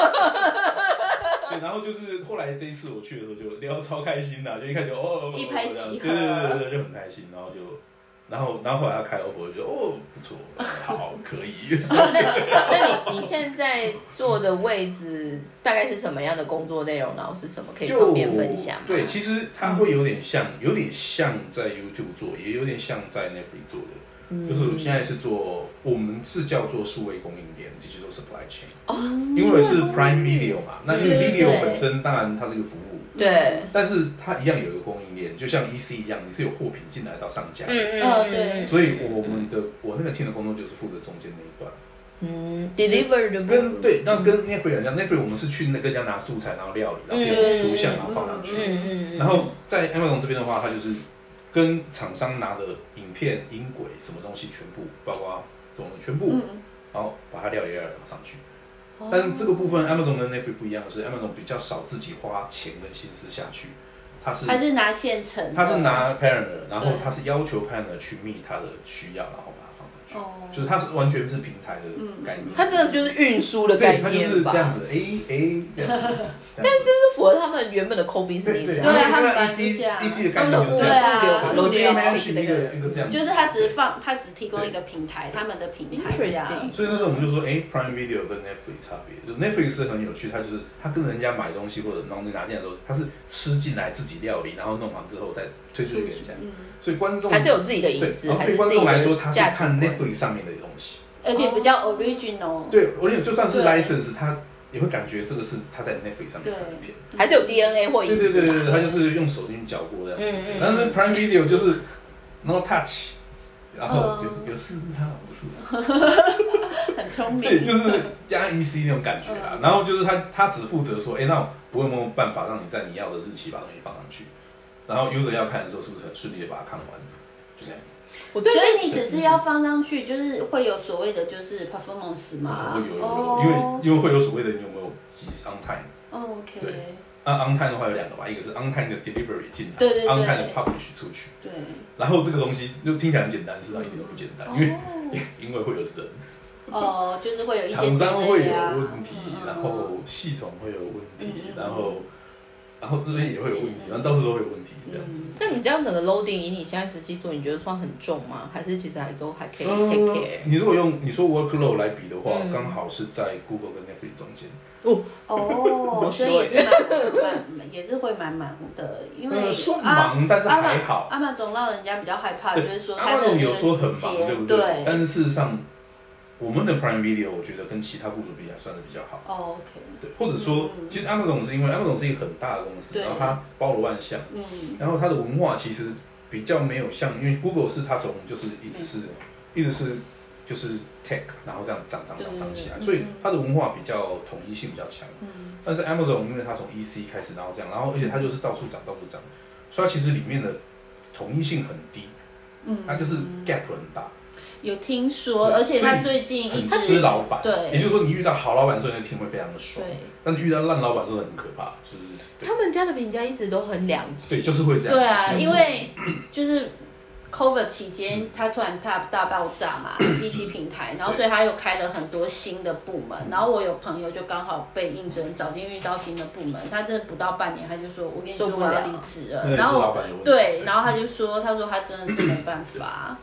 Speaker 3: 对，然后就是后来这一次我去的时候就聊超开心的，就一开始就哦，哦哦
Speaker 2: 一拍即合
Speaker 3: 哦对对对对对，就很开心，然后就。然后，然后后来他开 offer，我就觉得哦不错，好可 以。
Speaker 1: 那你你现在做的位置大概是什么样的工作内容？然后是什么可以方便分享吗？嗯
Speaker 3: 对，其实它会有点像，有点像在 YouTube 做，也有点像在 Netflix 做的。
Speaker 1: 嗯
Speaker 3: 就是现在是做，我们是叫做数位供应链 （digital supply chain），、因
Speaker 1: 哦
Speaker 3: 为是 Prime Video 嘛，那因为
Speaker 1: 对
Speaker 3: Video
Speaker 2: 对
Speaker 3: 本身当然它是一个服务，
Speaker 1: 对，
Speaker 3: 但是它一样有一个供应链，就像 EC 一样，你是有货品进来到上架
Speaker 1: 嗯嗯
Speaker 2: 哦
Speaker 1: 嗯
Speaker 2: 对
Speaker 1: 嗯
Speaker 3: 所以我们的我那个 team 的工作就是负责中间那一段，
Speaker 1: 嗯，deliver 的部分
Speaker 3: 跟对，那跟 Netflix 很像，Netflix 我们是去那跟人家拿素材，然后料理，然后变成图像，然后放上去，
Speaker 1: 嗯嗯嗯，
Speaker 3: 然后在 Amazon 这边的话，它就是跟厂商拿的影片、音轨什么东西全部，包括这种全部，
Speaker 2: 嗯
Speaker 3: 然后把它料理料理放上去。
Speaker 1: 哦
Speaker 3: 但是这个部分 Amazon 跟 Netflix 不一样的是，Amazon 比较少自己花钱跟心思下去，它是
Speaker 2: 还是拿现成的，
Speaker 3: 它是拿 partner，然后
Speaker 2: 对
Speaker 3: 它是要求 partner 去觅它的需要，然后把它放上去，
Speaker 2: 哦，
Speaker 3: 就是它是完全是平台的概念。
Speaker 1: 嗯它真的就是运输的概
Speaker 3: 对，它就
Speaker 1: 念
Speaker 3: 是
Speaker 1: 吧，
Speaker 3: 这样子，哎哎，这样子。但
Speaker 1: 这就是符合他们原本的 core business
Speaker 2: 对
Speaker 1: 啊。
Speaker 2: 啊他们本来是
Speaker 3: EC
Speaker 2: 这样
Speaker 3: EC 的
Speaker 1: 他
Speaker 3: 概
Speaker 1: 们
Speaker 3: 念
Speaker 1: 的
Speaker 3: 就
Speaker 1: 物流、
Speaker 3: 是这样。
Speaker 1: 物流、
Speaker 2: 对啊
Speaker 1: logistics 那
Speaker 3: 一个这
Speaker 1: 个
Speaker 3: 样
Speaker 2: 就是他只是放，他只提供一个平台，他们的平台这样
Speaker 1: Interesting
Speaker 3: 所以那时候我们就说，哎、p r i m e Video 跟 Netflix 差别，就 Netflix 是很有趣，它就是它跟人家买东西或者东西拿进来的时候，它是吃进来自己料理，然后弄完之后再推出去给人家，
Speaker 2: 嗯，
Speaker 3: 所以观众
Speaker 1: 还是有自己的
Speaker 3: 对
Speaker 1: 影，子，
Speaker 3: 然后
Speaker 1: 还
Speaker 3: 对
Speaker 1: 是
Speaker 3: 观
Speaker 1: 自己
Speaker 3: 众来说，他
Speaker 1: 的
Speaker 3: 是
Speaker 1: 价值
Speaker 3: 看
Speaker 1: 观。
Speaker 3: Netflix 上面的东西，
Speaker 2: 而且比较 original，
Speaker 3: 对，而且就算是
Speaker 2: 对
Speaker 3: license，他你会感觉这个是他在 Netflix 上面看的片。
Speaker 1: 还是有 DNA 或影
Speaker 3: 对对对
Speaker 1: 子
Speaker 3: 对
Speaker 1: 吧。
Speaker 3: 对，他就是用手进去搅过这样。
Speaker 1: 嗯嗯
Speaker 3: 但是 Prime Video 就是 No Touch，然后
Speaker 2: 嗯
Speaker 3: 有有四趴五四趴，
Speaker 2: 很聪
Speaker 3: 对，
Speaker 2: 明，嗯
Speaker 3: 就是加 EC 那种感觉啊。然后就是他他只负责说，哎，那我有没有办法让你在你要的日期把东西放上去？然后 user 要看的时候，是不是很顺利的把它看完？就这样，
Speaker 1: 我对
Speaker 2: 所以你只是要放上去，就是会有所谓的就是 performance 嘛，
Speaker 3: 会有有有，因
Speaker 2: 啊哦
Speaker 3: 为因为会有所谓的你有没有记 on time。
Speaker 2: ，OK，
Speaker 3: 对那 on time 的话有两个吧，一个是 on time 的 delivery 进来
Speaker 2: 对对对
Speaker 3: o n time 的 publish 出去。
Speaker 2: 对，
Speaker 3: 然后这个东西就听起来很简单，事实际上一点都不简单，因为、因为会有人，
Speaker 2: 哦，就是会有一些
Speaker 3: 厂商会
Speaker 2: delay 啊嗯
Speaker 3: 有问题，然后系统会有问题，然后然后这边也会有问题，然后到处都会有问题，这样子。
Speaker 2: 嗯
Speaker 1: 那你这样整个 loading 以你现在实际做，你觉得算很重吗？还是其实还都还可以 take
Speaker 3: 呃
Speaker 1: care？、
Speaker 3: 你如果用你说 workload 来比的话，
Speaker 1: 嗯
Speaker 3: 刚好是在 Google 跟 Netflix 中间，
Speaker 2: 哦，所以也是蛮蛮也是会蛮忙的，因为
Speaker 3: 呃，算
Speaker 2: 啊
Speaker 3: 忙，但是
Speaker 2: 阿玛
Speaker 3: 还好。
Speaker 2: 阿玛总让人家比较害怕，就
Speaker 3: 对
Speaker 2: 是说他的
Speaker 3: Amazon
Speaker 2: 那
Speaker 3: 有
Speaker 2: 个
Speaker 3: 说很
Speaker 2: 时
Speaker 3: 忙，
Speaker 2: 间，
Speaker 3: 对不
Speaker 2: 对
Speaker 3: 但是事实上，我们的 Prime Video 我觉得跟其他部署比还算是比较好。
Speaker 2: 哦，OK，
Speaker 3: 对，或者说，
Speaker 2: 嗯
Speaker 3: 其实 Amazon 是因为 Amazon 是一个很大的公司，
Speaker 2: 对
Speaker 3: 然后它包罗万象，
Speaker 2: 嗯，
Speaker 3: 然后它的文化其实比较没有像，因为 Google 是它从就是一直是、一直是就是 tech，然后这样涨涨涨涨起来，
Speaker 2: 对
Speaker 3: 所以它的文化比较统一性比较强。
Speaker 2: 嗯
Speaker 3: 但是 Amazon 因为它从 EC 开始，然后这样，然后而且它就是到处涨到处涨，所以它其实里面的统一性很低，
Speaker 2: 嗯，
Speaker 3: 它就是 gap 很大。
Speaker 2: 有听说，
Speaker 3: 对
Speaker 2: 而且他
Speaker 3: 所
Speaker 2: 最近一
Speaker 3: 很
Speaker 2: 直
Speaker 3: 吃老板，
Speaker 2: 对
Speaker 3: 也就是说你遇到好老板的时候，你的听会非常的爽，
Speaker 2: 对
Speaker 3: 但是遇到烂老板真的很可怕，就是
Speaker 1: 他们家的评价一直都很两极。
Speaker 3: 对，就是会这样子。
Speaker 2: 对啊，
Speaker 3: 嗯
Speaker 2: 因为就是 COVID 期间，它突然大大爆炸 嘛，一期平台，然后所以它又开了很多新的部门，
Speaker 3: 嗯
Speaker 2: 然后我有朋友就刚好被应征找进遇到新的部门，他真的不到半年，他就说我跟你说
Speaker 1: 受不
Speaker 2: 我要
Speaker 1: 了
Speaker 2: 离职
Speaker 3: 那
Speaker 2: 了，
Speaker 3: 也是
Speaker 2: 然
Speaker 3: 老
Speaker 2: 后
Speaker 3: 板有问题。
Speaker 2: 对，然后他就说，他说他真的是没办 法，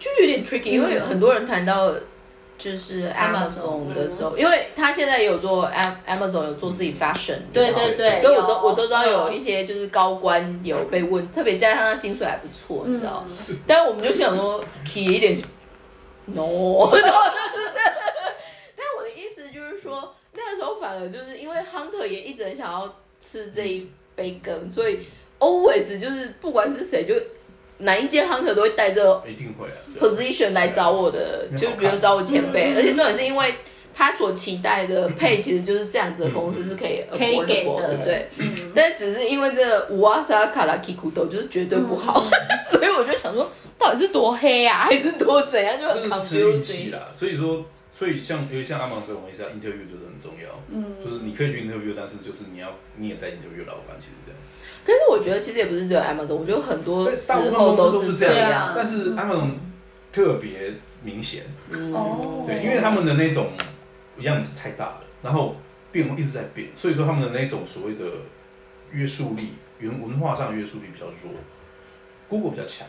Speaker 1: 就有点 tricky，因为很多人谈到就是
Speaker 2: 嗯 Amazon，
Speaker 1: Amazon 的时候，因为他现在有做 Am- Amazon 有做自己 fashion，
Speaker 2: 对
Speaker 1: 然后
Speaker 2: 对对，
Speaker 1: 所以我周
Speaker 2: 有
Speaker 1: 我周遭有一些就是高官有被问，特别加上他薪水还不错，
Speaker 2: 嗯
Speaker 1: 你知道，但我们就想说 key 一点，no，但我的意思就是说，那个时候反而就是因为 Hunter 也一直很想要吃这一杯羹，所以 always 就是不管是谁，就哪一间 Hunter 都会带着
Speaker 3: 一定会啊。对
Speaker 1: position 来找我的，
Speaker 3: 对
Speaker 1: 就比如找我前
Speaker 2: 嗯
Speaker 1: 辈，而且重点是因为他所期待的
Speaker 3: 嗯
Speaker 1: 配其实就是这样子的公司是可以
Speaker 2: 嗯可以给
Speaker 1: affordable，
Speaker 2: 的
Speaker 1: 对不对？
Speaker 2: 嗯
Speaker 1: 但只是因为这五阿萨卡拉基古斗就是绝对不
Speaker 2: 嗯
Speaker 1: 好， 所以我就想说，到底是多黑 啊，还是多怎样，就
Speaker 3: 真
Speaker 1: 很
Speaker 3: 的是吃运气
Speaker 1: confusing。
Speaker 3: 啊啦。所以说，所以像因为像阿芒这种东西，要 interview 就是很重要。嗯，就是你可以去 interview，但是就是你要你也在 interview 老板，其实这样子。
Speaker 1: 可是我觉得其实也不是只有 Amazon，我觉得很多时
Speaker 3: 大部分
Speaker 1: 候
Speaker 3: 公司都
Speaker 1: 是
Speaker 3: 是这
Speaker 2: 对
Speaker 3: 样
Speaker 2: 啊，
Speaker 3: 但是阿芒特别明显。
Speaker 1: 嗯
Speaker 2: 哦
Speaker 3: 对，因为他们的那种样子太大了，然后变一直在变，所以说他们的那种所谓的约束力，原文化上的约束力比较弱，Google 比较强，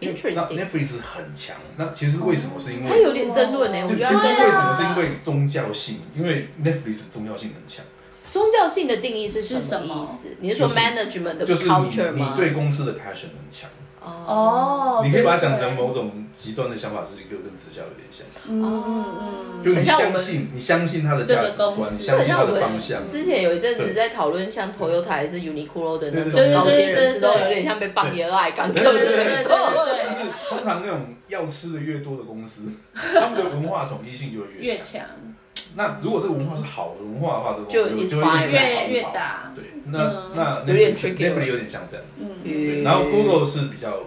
Speaker 3: 那
Speaker 1: Interesting
Speaker 3: Netflix 很强。那其实为什么？是因为
Speaker 1: 他有点争论呢、
Speaker 2: 哦
Speaker 1: 我
Speaker 3: 就
Speaker 1: 觉
Speaker 3: 其
Speaker 1: 得
Speaker 3: 实
Speaker 1: 他
Speaker 3: 为什么？是
Speaker 2: 对啊
Speaker 3: 因为宗教性，因为 Netflix 的宗教性很强，
Speaker 1: 宗教性的定义是什
Speaker 2: 是什
Speaker 1: 么
Speaker 2: 么
Speaker 1: 意思？你是说
Speaker 3: 就是
Speaker 1: management 的
Speaker 3: 就是你
Speaker 1: culture
Speaker 3: 你
Speaker 1: 吗？
Speaker 3: 对公司的 passion 很强，
Speaker 2: 哦，
Speaker 3: 你可以把它
Speaker 2: 对
Speaker 3: 想成某种极端的想法，是一个跟直销有点像，
Speaker 2: 嗯
Speaker 1: 哦
Speaker 2: 嗯
Speaker 3: 就你
Speaker 1: 很像我们
Speaker 3: 相信你相信他的价值
Speaker 2: 这个公
Speaker 3: 观，
Speaker 2: 司
Speaker 1: 就
Speaker 3: 相
Speaker 1: 很
Speaker 3: 信
Speaker 1: 像
Speaker 3: 他
Speaker 1: 我
Speaker 3: 的
Speaker 1: 们
Speaker 3: 方向。
Speaker 1: 之前有一阵子在讨论，像 Toyota 还是 Uniqlo 的那
Speaker 3: 对
Speaker 1: 种
Speaker 3: 对
Speaker 1: 高阶人士，
Speaker 2: 对对对
Speaker 1: 都
Speaker 2: 对
Speaker 1: 有点像被棒爷爱港客
Speaker 3: 对
Speaker 1: 的
Speaker 3: 对对
Speaker 1: 那
Speaker 3: 对
Speaker 1: 种。
Speaker 3: 但是通常那种要吃的越多的公司，他们的文化统一性就会
Speaker 2: 嗯，
Speaker 3: 越
Speaker 2: 越
Speaker 3: 强。
Speaker 2: 强
Speaker 3: 那如果这个文化是好的文化的话，这个
Speaker 1: 就
Speaker 3: 公司
Speaker 1: is
Speaker 3: 就会
Speaker 1: fine
Speaker 2: 越
Speaker 3: 越
Speaker 2: 越。大，
Speaker 3: 对，那那
Speaker 1: 有点
Speaker 3: Netflix-
Speaker 1: tricky
Speaker 3: Netflix 有点像这样子。
Speaker 2: 嗯
Speaker 1: 嗯
Speaker 3: 然后 Google 是比较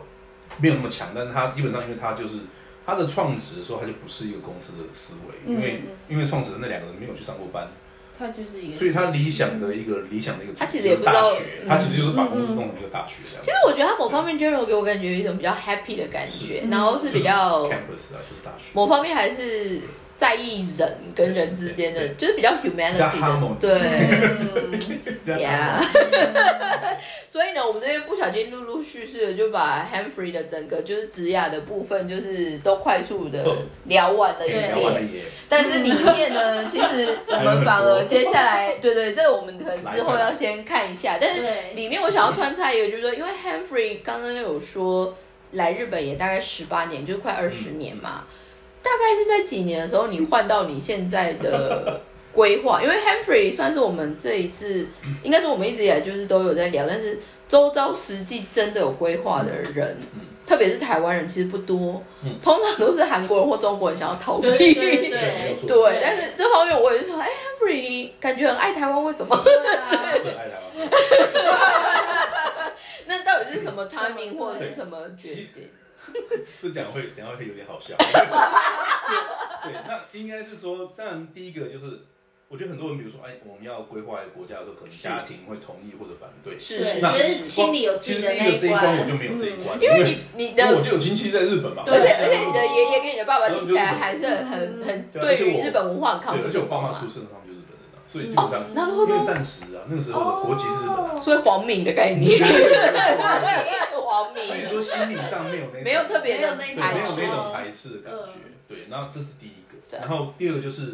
Speaker 3: 没有那么强，但是它基本上因为它就是它的创始的时候，它就不是一个公司的思维，因为
Speaker 2: 嗯
Speaker 3: 因为创始人那两个人没有去上过班，
Speaker 2: 它就是一个，
Speaker 3: 所以他理想的一个理想的一个组织
Speaker 1: 他其实也不知道
Speaker 3: 就是大学
Speaker 1: 嗯，
Speaker 3: 他其实就是把公司弄成一个大学这样
Speaker 1: 其
Speaker 3: 子，
Speaker 1: 实我觉得它某方面 general 给我感觉有一种比较 happy 的感觉，然后是比较
Speaker 3: campus 啊，就是大学。
Speaker 1: 某方面还是在意人跟人之间的，
Speaker 3: 对
Speaker 1: 就是比较
Speaker 3: 较
Speaker 1: humanity 的
Speaker 3: harmony，
Speaker 1: 对。
Speaker 2: 嗯
Speaker 3: 这样
Speaker 1: Yeah 所以呢，我们这边不小心陆陆续续的就把 Hamfrey 的整个就是职涯的部分，就是都快速的
Speaker 3: 嗯
Speaker 1: 聊完了一
Speaker 3: 对
Speaker 1: 遍。
Speaker 3: 聊完了也
Speaker 1: 但是里面 呢，其实我们反而接下来，对对，这个我们可能之后要先看一下。但是
Speaker 2: 对
Speaker 1: 里面我想要穿插一个，就是说，因为 Humphrey 刚刚有说来日本也大概十八年，就是快二十年嘛。大概是在几年的时候，你换到你现在的规划，因为 Humphrey 算是我们这一次，应该说我们一直以来就是都有在聊，但是周遭实际真的有规划的人，
Speaker 2: 嗯
Speaker 1: 特别是台湾人其实不多，通常都是韩国人或中国人想要逃避。
Speaker 2: 对对对
Speaker 3: 对没有错
Speaker 1: 对但是这方面我也是说，哎，Humphrey 你感觉很爱台湾，为什 么？
Speaker 2: 对
Speaker 3: 是爱台湾。
Speaker 1: 那到底是什么 timing 或者
Speaker 3: 对
Speaker 1: 是什么决
Speaker 3: 其实
Speaker 1: 定？
Speaker 3: 这讲会，等一下会有点好笑。 对，那应该是说，当然第一个就是，我觉得很多人，比如说，哎，我们要规划一个国家的时候，可能家庭会同意或者反对。
Speaker 1: 是是
Speaker 3: 那
Speaker 2: 觉得
Speaker 1: 是，
Speaker 2: 心里有自
Speaker 3: 其
Speaker 2: 己
Speaker 3: 实
Speaker 2: 的
Speaker 3: 第
Speaker 2: 那
Speaker 3: 一个这一关我
Speaker 2: 关
Speaker 3: 就。没有这一关，
Speaker 1: 因为你你
Speaker 3: 因为
Speaker 1: 的
Speaker 3: 我就有亲戚在日本嘛，
Speaker 1: 而且
Speaker 2: 对
Speaker 1: 而且你的爷爷跟你的爸爸听起来还是很很很
Speaker 3: 对而
Speaker 1: 对
Speaker 3: 且
Speaker 1: 于
Speaker 3: 我
Speaker 1: 日本文化很抗
Speaker 3: 对，
Speaker 1: 拒
Speaker 3: 而且我爸妈出生，他们就是日本人啊，所以基本上
Speaker 1: 哦なるほど
Speaker 3: 因为暂时啊，那个时候的国籍是日本啊，
Speaker 1: 所以黄敏的概 念，黄敏
Speaker 3: 所以说心理上没有那
Speaker 1: 没有特别的
Speaker 2: 没有那
Speaker 3: 对，
Speaker 2: 种
Speaker 3: 没
Speaker 1: 排
Speaker 3: 有
Speaker 1: 斥
Speaker 3: 那种
Speaker 2: 嗯
Speaker 3: 排斥的感觉。对，那这是第一个。
Speaker 1: 对
Speaker 3: 然后第二个就是，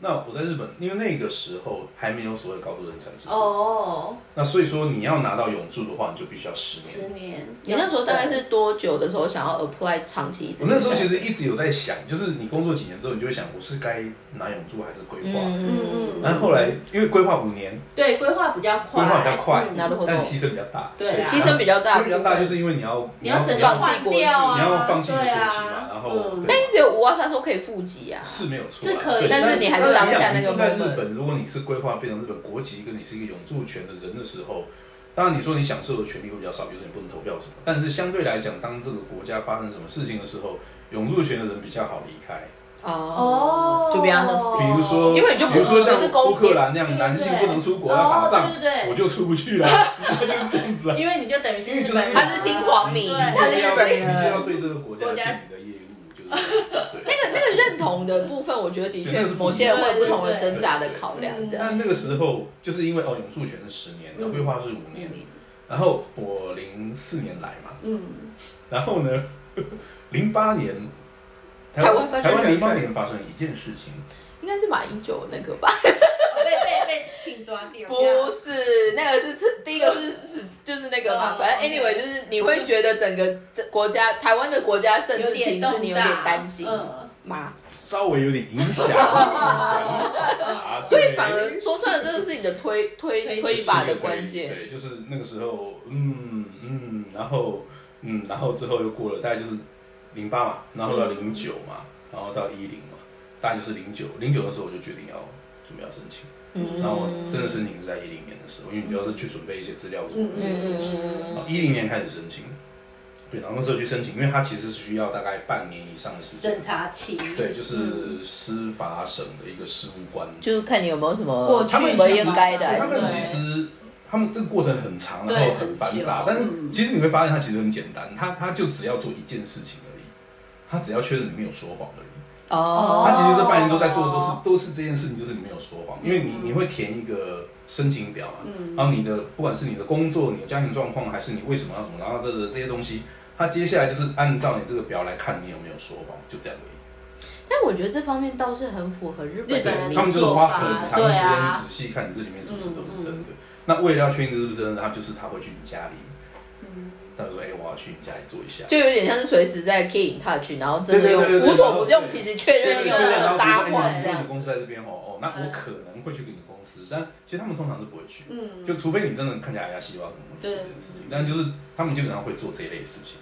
Speaker 3: 那我在日本，因为那个时候还没有所谓的高度人才制度，
Speaker 2: 哦，
Speaker 3: 那所以说你要拿到永住的话，你就必须要十
Speaker 2: 十
Speaker 3: 年。
Speaker 2: 年。
Speaker 1: 你那时候大概是多久的时候想要 apply 长期一直？
Speaker 3: 我那时候其实一直有在想，就是你工作几年之后，你就会想，我是该拿永住还是规划？
Speaker 1: 嗯嗯
Speaker 3: 然后后来因为规划五年，
Speaker 2: 对规划比较
Speaker 3: 规
Speaker 2: 快，
Speaker 3: 划比较快，
Speaker 1: 嗯なるほど
Speaker 3: 但牺牲比较大。
Speaker 2: 对啊
Speaker 1: 牺牲比较大，
Speaker 3: 因为比较大，就是因为你要
Speaker 2: 你要整个
Speaker 3: 你要
Speaker 1: 放弃
Speaker 2: 换掉啊，
Speaker 3: 你要放弃你的
Speaker 2: 对
Speaker 3: 国
Speaker 2: 啊
Speaker 3: 籍嘛，然后
Speaker 2: 嗯
Speaker 3: 对
Speaker 1: 但一直有五二三说可以复籍啊，
Speaker 3: 是没有错啊，
Speaker 2: 是可以
Speaker 3: 对
Speaker 2: 但是你还是
Speaker 3: 但
Speaker 1: 当下那个
Speaker 3: 你住在
Speaker 1: moment
Speaker 3: 日本，如果你是规划变成日本国籍，跟你是一个永住权的人的时候，当然你说你享受的权利会比较少，比如说你不能投票什么。但是相对来讲，当这个国家发生什么事情的时候，永住权的人比较好离开。
Speaker 1: 哦，就不要那
Speaker 2: 哦
Speaker 3: 比如说，
Speaker 1: 因为你就不
Speaker 3: 比如说像
Speaker 1: 不是公
Speaker 3: 乌克兰那样，
Speaker 2: 对
Speaker 3: 男性不能出国
Speaker 2: 对
Speaker 3: 要打
Speaker 1: 哦
Speaker 3: 仗，
Speaker 2: 对对对
Speaker 3: 我就出不去了，啊 就是这样子啊。
Speaker 2: 因为你就等于是日本人，
Speaker 1: 他是新皇民，
Speaker 2: 对
Speaker 1: 他是
Speaker 3: 你
Speaker 1: 日
Speaker 3: 就
Speaker 1: 本
Speaker 3: 是要你就
Speaker 1: 人
Speaker 3: 要。对这个国家
Speaker 2: 国家
Speaker 3: 尽你的业务，就是 这样子对。
Speaker 1: 那个那个认同的部分，我觉得的确某些人会有不同的挣扎的考量，这样。
Speaker 3: 但那个时候就是因为哦，永住权是十年，
Speaker 1: 嗯
Speaker 3: 然后规划是五年，然后我零四年来嘛，
Speaker 2: 嗯，
Speaker 3: 然后呢， 零八年
Speaker 1: 台湾发生
Speaker 3: 台
Speaker 1: 什么
Speaker 3: 湾零
Speaker 1: 事
Speaker 3: 八年发生一件事情，
Speaker 1: 应该是马英九那个吧？
Speaker 2: 被被被请端 掉，
Speaker 1: 不是，那个是这第一个是是就是那个嘛，
Speaker 2: 哦
Speaker 1: 反正
Speaker 2: OK
Speaker 1: anyway 就是你会觉得整个这国家台湾的国家政治情势你有点担心
Speaker 2: 嗯，
Speaker 1: 嘛，
Speaker 3: 稍微有点影 响我的想法
Speaker 1: 所以
Speaker 3: 对
Speaker 1: 反而说穿了，这个是你的推推
Speaker 2: 推
Speaker 1: 推
Speaker 3: 是
Speaker 1: 法
Speaker 3: 一个
Speaker 1: 的关
Speaker 3: 推
Speaker 1: 键。
Speaker 3: 对，就是那个时候，嗯嗯，然后嗯，然后之后又过了，大概就是零八嘛，然后到零九
Speaker 1: 嗯
Speaker 3: 嘛，然后到一零嘛，大概就是零九零九的时候我就决定要准备要申请。
Speaker 1: 嗯
Speaker 3: 然后我真的申请是在一零年的时候，因为你主要是去准备一些资料什么
Speaker 1: 嗯嗯
Speaker 3: 的。
Speaker 1: 嗯嗯
Speaker 3: 一零年开始申请，对，然后那时候去申请，因为它其实是需要大概半年以上的时间
Speaker 2: 审。查嗯期，
Speaker 3: 对，就是司法省的一个事务官，
Speaker 1: 就是看你有没有什么
Speaker 2: 过去
Speaker 1: 他们
Speaker 2: 什么
Speaker 1: 应该的，
Speaker 3: 他们
Speaker 2: 对
Speaker 3: 其实他们这个过程很长，然
Speaker 2: 对
Speaker 3: 后很繁杂
Speaker 2: 很久，嗯
Speaker 3: 但是其实你会发现它其实很简单，它它就只要做一件事情而已，他只要确认你没有说谎而已。
Speaker 1: 哦
Speaker 3: 他其实这半年都在做的都是都是这件事情，就是你没有说谎，因为你你会填一个申请表嘛，然后你的不管是你的工作、你的家庭状况，还是你为什么要什么，然后这个这些东西，他接下来就是按照你这个表来看你有没有说谎，就这样而已。
Speaker 1: 但我觉得这方面倒是很符合日本
Speaker 2: 日本
Speaker 1: 的
Speaker 2: 人
Speaker 3: 对，
Speaker 2: 民
Speaker 3: 他们就是
Speaker 2: 做
Speaker 3: 花
Speaker 2: 法
Speaker 3: 很长
Speaker 2: 对
Speaker 3: 时间
Speaker 2: 啊
Speaker 3: 仔细看你这里面是不是都是真的。那为了要确定是不是真的，他就是他会去你家里，他就说：“哎，我要去你家里做一下。”
Speaker 1: 就有点像是随时在 keep in touch，然后真的
Speaker 3: 对对对
Speaker 1: 用
Speaker 3: 对对
Speaker 1: 无所不用，其实确
Speaker 3: 对
Speaker 1: 认
Speaker 3: 对
Speaker 1: 有
Speaker 3: 对
Speaker 1: 没
Speaker 3: 然后
Speaker 1: 有
Speaker 3: 比如
Speaker 1: 撒
Speaker 3: 说哎
Speaker 1: 谎这
Speaker 3: 你说你
Speaker 1: 样
Speaker 3: 的。公司在这边哦，哦，那我可能会去给你公司，但其实他们通常是不会去，
Speaker 2: 嗯
Speaker 3: 就除非你真的看起来哎呀稀巴可能会去做这件事情，但就是他们基本上会做这一类事情。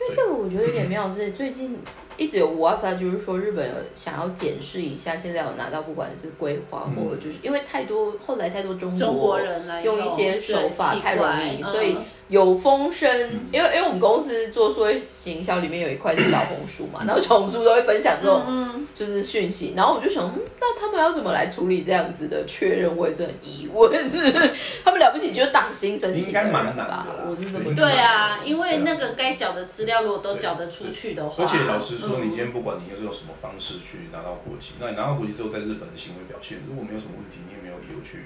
Speaker 1: 因为这个我觉得有点妙是，最近一直有五二三，就是说日本有想要检视一下，现在有拿到不管是规划
Speaker 3: 嗯
Speaker 1: 或者就是因为太多后来太多中
Speaker 2: 中国人来
Speaker 1: 用一些手法
Speaker 2: 对
Speaker 1: 太容易，
Speaker 2: 奇怪
Speaker 1: 所以
Speaker 2: 嗯
Speaker 1: 有风声。因为因为我们公司做所谓行销里面有一块是小红书嘛，然后小红书都会分享这种就是讯息，然后我就想，嗯那他们要怎么来处理这样子的确认，我也是很疑问。 他们了不起就是党薪申请
Speaker 3: 应
Speaker 1: 的
Speaker 3: 该
Speaker 1: 人
Speaker 3: 蛮难的
Speaker 1: 吧
Speaker 3: 啦，
Speaker 1: 我是这么
Speaker 3: 对
Speaker 1: 觉
Speaker 2: 对
Speaker 1: 得。
Speaker 2: 啊，因为那个该缴的资料如果都缴得出去
Speaker 1: 哦
Speaker 2: 的话，
Speaker 3: 而且老实说，你今天
Speaker 2: 嗯
Speaker 3: 不管你又是用什么方式去拿到国籍，那你拿到国籍之后，在日本的行为表现，如果没有什么问题，你也没有理由去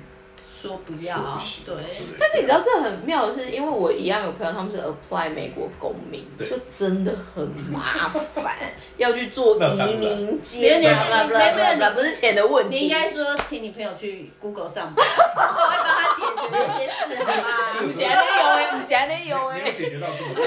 Speaker 2: 说不
Speaker 3: 说
Speaker 2: 要
Speaker 3: 不行，，
Speaker 2: 对，
Speaker 3: 不对？
Speaker 1: 但是你知道这很妙的是，因为我一样有朋友，他们是 apply 美国公民，
Speaker 3: 对
Speaker 1: 就真的很麻烦，要要去做
Speaker 3: 那当
Speaker 1: 移
Speaker 3: 然
Speaker 1: 民监
Speaker 2: 没有
Speaker 1: 啊，
Speaker 2: 你
Speaker 1: 没有
Speaker 2: 你
Speaker 1: 没有，你不是钱的问
Speaker 2: 你
Speaker 1: 题，
Speaker 2: 应该说请你朋友去 Google 上班，我会帮他解决这些事，好吧？
Speaker 1: 五霞内有哎，五霞内有
Speaker 3: 没有
Speaker 1: 哎，
Speaker 3: 解决到这么多，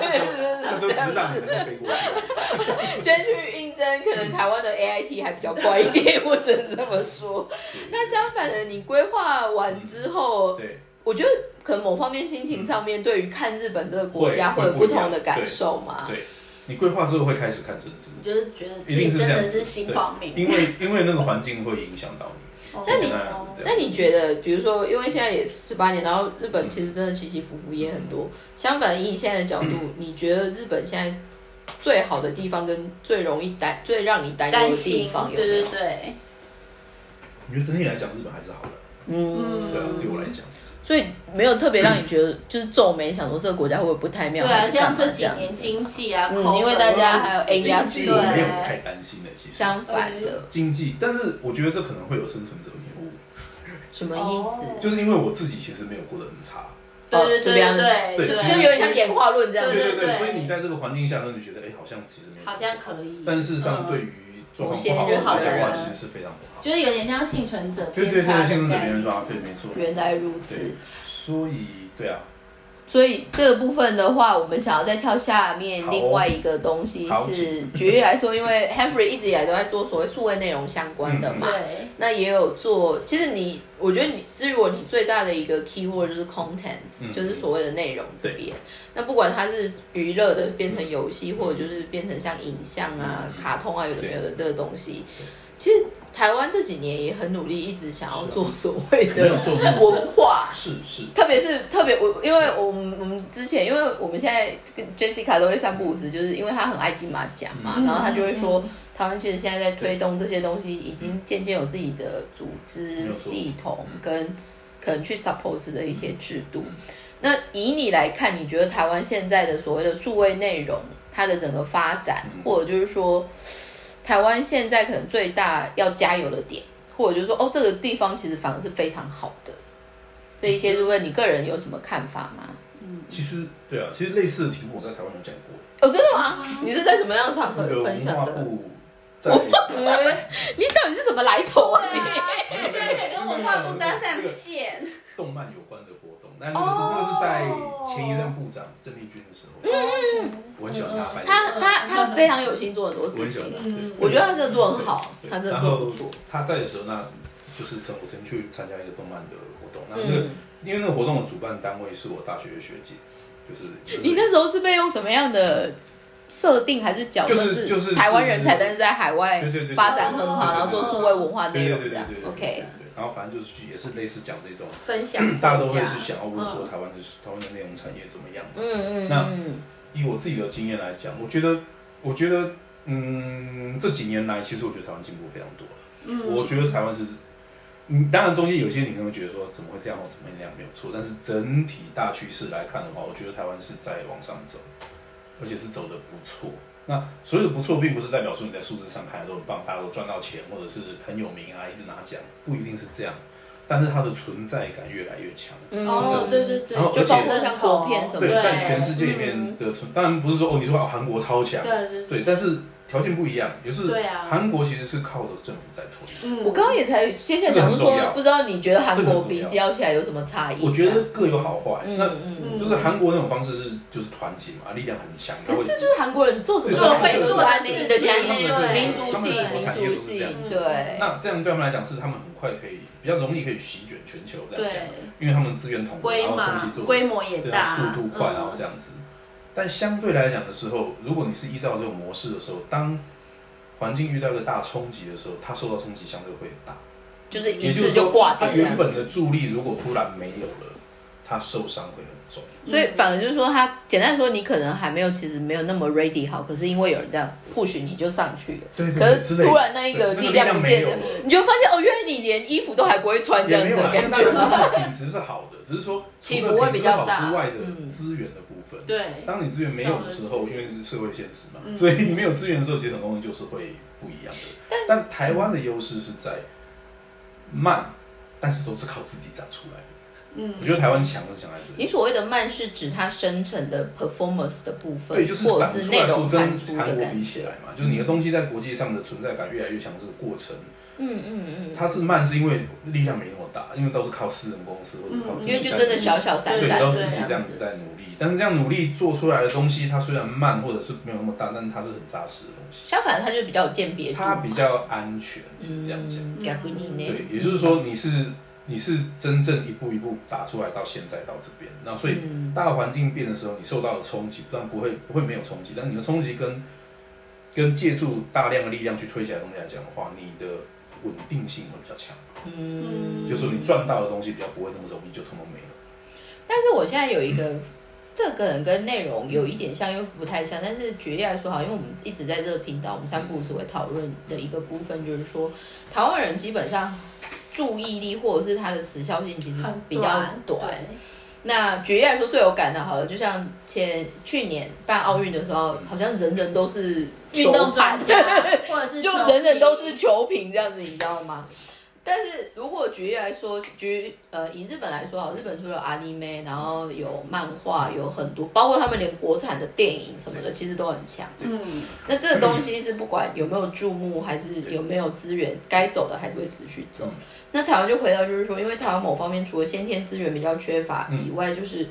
Speaker 3: 那时候只是让你能飞过去。
Speaker 1: 先去应征，可能台湾的 AIT 还比较快一点，我只能这么说。那相反的，你规划完之后，
Speaker 3: 对，
Speaker 1: 我觉得可能某方面心情上面，对于看日本这个国家
Speaker 3: 会
Speaker 1: 会有
Speaker 3: 会不
Speaker 1: 不
Speaker 3: 一样
Speaker 1: 同的感受嘛？
Speaker 3: 对你规划之后会开始看政治，
Speaker 2: 就是觉得自
Speaker 3: 一
Speaker 2: 己
Speaker 3: 定是
Speaker 2: 真
Speaker 3: 这样
Speaker 2: 的
Speaker 3: 子，
Speaker 2: 是心
Speaker 3: 对
Speaker 2: 旷明。
Speaker 3: 因为因为那个环境会影响到你。
Speaker 1: 那你
Speaker 3: 简单来讲是
Speaker 2: 哦
Speaker 3: 这样
Speaker 1: 那你觉得，比如说，因为现在也十八年，然后日
Speaker 3: 嗯
Speaker 1: 本其实真的起起伏伏也很多。相反，以你现在的角度，
Speaker 3: 嗯
Speaker 1: 你觉得日本现在最好的地方跟最容易担、最让你担忧
Speaker 2: 担
Speaker 1: 的地
Speaker 2: 心
Speaker 1: 方，有
Speaker 2: 对
Speaker 1: 没
Speaker 2: 对
Speaker 1: 有？
Speaker 2: 对，
Speaker 3: 我觉得整体来讲，日本还是好的，
Speaker 1: 嗯，
Speaker 2: 嗯
Speaker 3: 对啊，对我来讲，
Speaker 1: 所以没有特别让你觉得就是皱眉，想说这个国家会不会不太妙？
Speaker 2: 对啊，
Speaker 1: 还是干
Speaker 2: 像
Speaker 1: 嘛
Speaker 2: 这几
Speaker 1: 样
Speaker 2: 年
Speaker 1: 子
Speaker 2: 经济啊，
Speaker 1: 嗯
Speaker 2: COVID
Speaker 1: 因为大家还有
Speaker 2: 这
Speaker 1: AI
Speaker 2: 样子
Speaker 3: 经
Speaker 1: 是
Speaker 3: 济
Speaker 2: 对
Speaker 3: 我没有太担心的，其实
Speaker 1: 相反的
Speaker 3: 经济，但是我觉得这可能会有生存者偏误，
Speaker 2: 呃
Speaker 1: 什么意
Speaker 2: 哦
Speaker 1: 思？
Speaker 3: 就是因为我自己其实没有过得很差，
Speaker 1: 哦
Speaker 2: 对对
Speaker 1: 怎么样
Speaker 2: 对
Speaker 3: 对
Speaker 2: 对，啊
Speaker 1: 就有点像演化论这样
Speaker 2: 对
Speaker 1: 子。
Speaker 3: 对
Speaker 2: 对
Speaker 3: 对，所以你在这个环境下，那你觉得哎，好像其实没有，
Speaker 2: 好像可以，嗯
Speaker 3: 但事实上对于状况不好
Speaker 1: 某
Speaker 3: 的
Speaker 1: 些人
Speaker 3: 人来讲话，其实是非常不好。
Speaker 2: 就是有点像幸存者
Speaker 3: 对
Speaker 2: 偏
Speaker 3: 对
Speaker 2: 差
Speaker 3: 对，
Speaker 2: 的
Speaker 3: 幸存者
Speaker 2: 概
Speaker 3: 别人
Speaker 2: 念。
Speaker 3: 说，对，没错。
Speaker 1: 原来如此
Speaker 3: 对。所以，对啊，
Speaker 1: 所以这个部分的话，我们想要再跳下面
Speaker 3: 好哦
Speaker 1: 另外一个东西
Speaker 3: 好
Speaker 1: 是，举例来说，因为 Henry 一直以来都在做所谓数位内容相关
Speaker 3: 嗯
Speaker 1: 的嘛，
Speaker 2: 对，
Speaker 1: 那也有做。其实你，我觉得你，至于我，你最大的一个 keyword 就是 contents，、
Speaker 3: 嗯
Speaker 1: 就是所谓的内容这边。那不管它是娱乐的变成游戏，或者就是变成像影像啊、
Speaker 3: 嗯
Speaker 1: 卡通啊，有的没有的这个东西
Speaker 3: 对，
Speaker 1: 其实台湾这几年也很努力，一直想要
Speaker 3: 是啊
Speaker 1: 做所谓
Speaker 3: 没有
Speaker 1: 的
Speaker 3: 错，没有错
Speaker 1: 文化。
Speaker 3: 是是，
Speaker 1: 特别是特别我，因为我们我们之前，因为我们现在跟 Jessica 都会三不五时，就是因为她很爱金马奖嘛，
Speaker 2: 嗯
Speaker 1: 然后她就会说
Speaker 2: 嗯，
Speaker 1: 台湾其实现在在推动这些东西，已经渐渐有自己的组
Speaker 3: 没
Speaker 1: 织
Speaker 3: 有错
Speaker 1: 系统
Speaker 3: 嗯
Speaker 1: 跟可能去 support 的一些制度
Speaker 3: 嗯。
Speaker 1: 那以你来看，你觉得台湾现在的所谓的数位内容，它的整个发展，
Speaker 3: 嗯
Speaker 1: 或者就是说，台湾现在可能最大要加油的点，或者就是说，哦，这个地方其实反而是非常好的。这一些，如果你个人有什么看法吗？
Speaker 3: 其实对啊，其实类似的题目我在台湾有讲过，
Speaker 1: 哦，真的吗？你是在什么样的场合
Speaker 3: 那个
Speaker 1: 分
Speaker 3: 文
Speaker 1: 享
Speaker 3: 化
Speaker 1: 的？
Speaker 3: 部在
Speaker 1: 你到底是怎么来头啊？
Speaker 2: 对，对，跟文化部搭上线，
Speaker 3: 动漫有关的活动，但那个是那个是在前一任部长郑丽君的时候，我很喜欢他办的，
Speaker 1: 他他他非常有心做很多
Speaker 3: 我
Speaker 1: 事
Speaker 3: 很喜欢
Speaker 1: 情
Speaker 2: 嗯
Speaker 3: 他，，对
Speaker 1: 嗯我觉得他真的做很好
Speaker 3: 对，对
Speaker 1: 他真的
Speaker 3: 然
Speaker 1: 做得
Speaker 3: 后
Speaker 1: 不错。
Speaker 3: 他在的时候，那就是曾我曾去参加一个动漫的活动，那那个
Speaker 1: 嗯，
Speaker 3: 因为那个活动的主办单位是我大学的学姐，就是就是
Speaker 1: 你那时候是被用什么样的设定还是角色？
Speaker 3: 就是就是
Speaker 1: 台湾人才，但是在海外
Speaker 3: 对对对对
Speaker 1: 发展很好，
Speaker 3: 对对对
Speaker 1: 然后做数位文化
Speaker 3: 对
Speaker 1: 内
Speaker 3: 对
Speaker 1: 容
Speaker 3: 对对
Speaker 1: 这样
Speaker 3: 对。对
Speaker 1: OK，
Speaker 3: 对，然后反正就是也是类似讲这种，
Speaker 2: 分享
Speaker 3: 大家都会是想要问说台湾的台湾的内容产业怎么样，
Speaker 1: 嗯嗯嗯
Speaker 3: 那
Speaker 1: 嗯，
Speaker 3: 以我自己的经验来讲，我觉得，我觉得，嗯，这几年来，其实我觉得台湾进步非常多。
Speaker 2: 嗯
Speaker 3: 我觉得台湾是，嗯，当然中间有些你可能会觉得说怎么会这样或怎么会那样没有错，但是整体大趋势来看的话，我觉得台湾是在往上走，而且是走的不错。那所有的不错，并不是代表说你在数字上看来都很棒，大家都赚到钱或者是很有名啊，一直拿奖，不一定是这样。但是它的存在感越来越强。
Speaker 1: 嗯
Speaker 2: 哦，对对对，
Speaker 3: 然后
Speaker 1: 就
Speaker 3: 而且
Speaker 1: 包括像国片什么
Speaker 3: 对，
Speaker 1: 的，
Speaker 3: 在全世界里面的存，当然不是说哦，你说啊韩国超强，
Speaker 2: 嗯对对
Speaker 3: 对，但是条件不一样，也是
Speaker 2: 对啊
Speaker 3: 韩国其实是靠着政府在推。
Speaker 2: 嗯
Speaker 1: 我刚刚也才接下来想
Speaker 3: 这个很重
Speaker 1: 说
Speaker 3: 要，
Speaker 1: 不知道你觉得韩
Speaker 3: 这个
Speaker 1: 国
Speaker 3: 很重
Speaker 1: 比
Speaker 3: 要
Speaker 1: 较起来有什么差异？
Speaker 3: 我觉得，各有好坏，
Speaker 1: 嗯
Speaker 3: 那
Speaker 1: 嗯嗯，
Speaker 3: 就是韩国那种方式是就是团结嘛，力量很强，他
Speaker 1: 可
Speaker 3: 会
Speaker 1: 是这就是韩国人做什么
Speaker 3: 对
Speaker 1: 产业都是安
Speaker 2: 对
Speaker 1: 定的
Speaker 2: 对
Speaker 1: 产
Speaker 2: 对
Speaker 1: 业，
Speaker 2: 对
Speaker 1: 民族
Speaker 2: 他
Speaker 1: 性，
Speaker 2: 们
Speaker 1: 民族
Speaker 2: 是
Speaker 1: 性
Speaker 2: 产业都，是这
Speaker 1: 对，
Speaker 3: 那这样对他们来讲是他们很快可以比较容易可以席卷全球这样讲，
Speaker 2: 对
Speaker 3: 因为他们资源统合，
Speaker 2: 规
Speaker 3: 然后东
Speaker 2: 嘛
Speaker 3: 西做
Speaker 2: 规模也
Speaker 3: 对
Speaker 2: 大，
Speaker 3: 啊，速度快，然后
Speaker 2: 嗯
Speaker 3: 这样子。但相对来讲的时候，如果你是依照这种模式的时候，当环境遇到一个大冲击的时候，它受到冲击相对会大。
Speaker 1: 就是一
Speaker 3: 也就是
Speaker 1: 次
Speaker 3: 说，
Speaker 1: 就挂啊
Speaker 3: 它
Speaker 1: 掉。
Speaker 3: 原本的助力如果突然没有了，它受伤会很重。
Speaker 1: 所以反而就是说，他简单地说，你可能还没有，其实没有那么 ready 好，可是因为有人这样 push 你就上去了，
Speaker 3: 对
Speaker 1: 可是突然那一个
Speaker 3: 力
Speaker 1: 力量不
Speaker 3: 没
Speaker 1: 见
Speaker 3: 有
Speaker 1: 了
Speaker 3: 了，，
Speaker 1: 你就发现哦，原来你连衣服都还不会穿这
Speaker 3: 也
Speaker 1: 样
Speaker 3: 没
Speaker 1: 子的感觉。
Speaker 3: 有啦，因为大家他们的品质是好的，只是 说
Speaker 1: 起伏会比较大
Speaker 3: 除了品质好之外
Speaker 1: 嗯
Speaker 3: 的资源的部分。
Speaker 2: 对，
Speaker 3: 当你资源没有的时
Speaker 2: 少
Speaker 3: 候，
Speaker 2: 了
Speaker 3: 因
Speaker 2: 资源
Speaker 3: 为是社会现实嘛，
Speaker 2: 嗯
Speaker 3: 所以你没有资源的时候，其实很多东西就是会不一样的。但是台湾的优势是在慢，但是都是靠自己长出来的。嗯，我觉得台湾强的是强在这
Speaker 1: 你
Speaker 3: 里，
Speaker 1: 所谓的慢是指它生成的 performance 的部分，
Speaker 3: 对，就是
Speaker 1: 或者
Speaker 3: 长
Speaker 1: 是
Speaker 3: 出
Speaker 1: 内
Speaker 3: 来的时
Speaker 1: 容
Speaker 3: 候
Speaker 1: 产
Speaker 3: 跟
Speaker 1: 出
Speaker 3: 韩
Speaker 1: 的
Speaker 3: 国
Speaker 1: 感
Speaker 3: 比起
Speaker 1: 觉
Speaker 3: 来。嘛，就是你的东西在国际上的存在感越来越强，这个过程，
Speaker 1: 嗯嗯
Speaker 3: 它是慢是因为力量没那么大，因为都是靠私人公司或者靠
Speaker 1: 嗯，
Speaker 3: 自己
Speaker 1: 因为就
Speaker 3: 在
Speaker 1: 真的
Speaker 3: 努力
Speaker 1: 小小散
Speaker 3: 对，
Speaker 1: 散啊
Speaker 3: 都
Speaker 1: 的
Speaker 3: 自己
Speaker 1: 这
Speaker 3: 这样
Speaker 1: 样
Speaker 3: 子
Speaker 1: 子。
Speaker 3: 在努力，但是这样努力做出来的东西，它虽然慢或者是没有那么大，但是它是很扎实的东西，
Speaker 1: 相反，它就比较有鉴别度。
Speaker 3: 它比较安全，是这样讲。
Speaker 1: 嗯，雅各尼
Speaker 3: 对
Speaker 1: 呢？，
Speaker 3: 也就是说你是你是真正一步一步打出来到现在到这边，那所以
Speaker 1: 嗯
Speaker 3: 大环境变的时候，你受到的冲击，但不会不会没有冲击，但你的冲击跟跟借助大量的力量去推起来的东西来讲的话，你的稳定性会比较强，
Speaker 1: 嗯，
Speaker 3: 就是你赚到的东西比较不会那么容易就通通没了。
Speaker 1: 但是我现在有一个，这个人跟内容有一点像，又不太像。但是举例来说，好，因为我们一直在这个频道，我们三不五时会讨论的一个部分，就是说，台湾人基本上注意力或者是他的时效性其实
Speaker 2: 很
Speaker 1: 比较短。那举例来说，最有感的，好了，就像前去年办奥运的时候，好像人人都是
Speaker 2: 对，运动
Speaker 1: 球拍
Speaker 2: 专家 或者是
Speaker 1: 就
Speaker 2: 球迷
Speaker 1: 人人都是球评这样子，你知道吗？但是如果举例来说，举呃以日本来说好，日本除了阿尼妹，然后有漫画，有很多，包括他们连国产的电影什么的，其实都很强。
Speaker 2: 嗯，
Speaker 1: 那这个东西是不管有没有注目，还是有没有资源，该走的还是会持续走。
Speaker 3: 嗯
Speaker 1: 那台湾就回到就是说，因为台湾某方面除了先天资源比较缺乏
Speaker 3: 嗯
Speaker 1: 以外，就是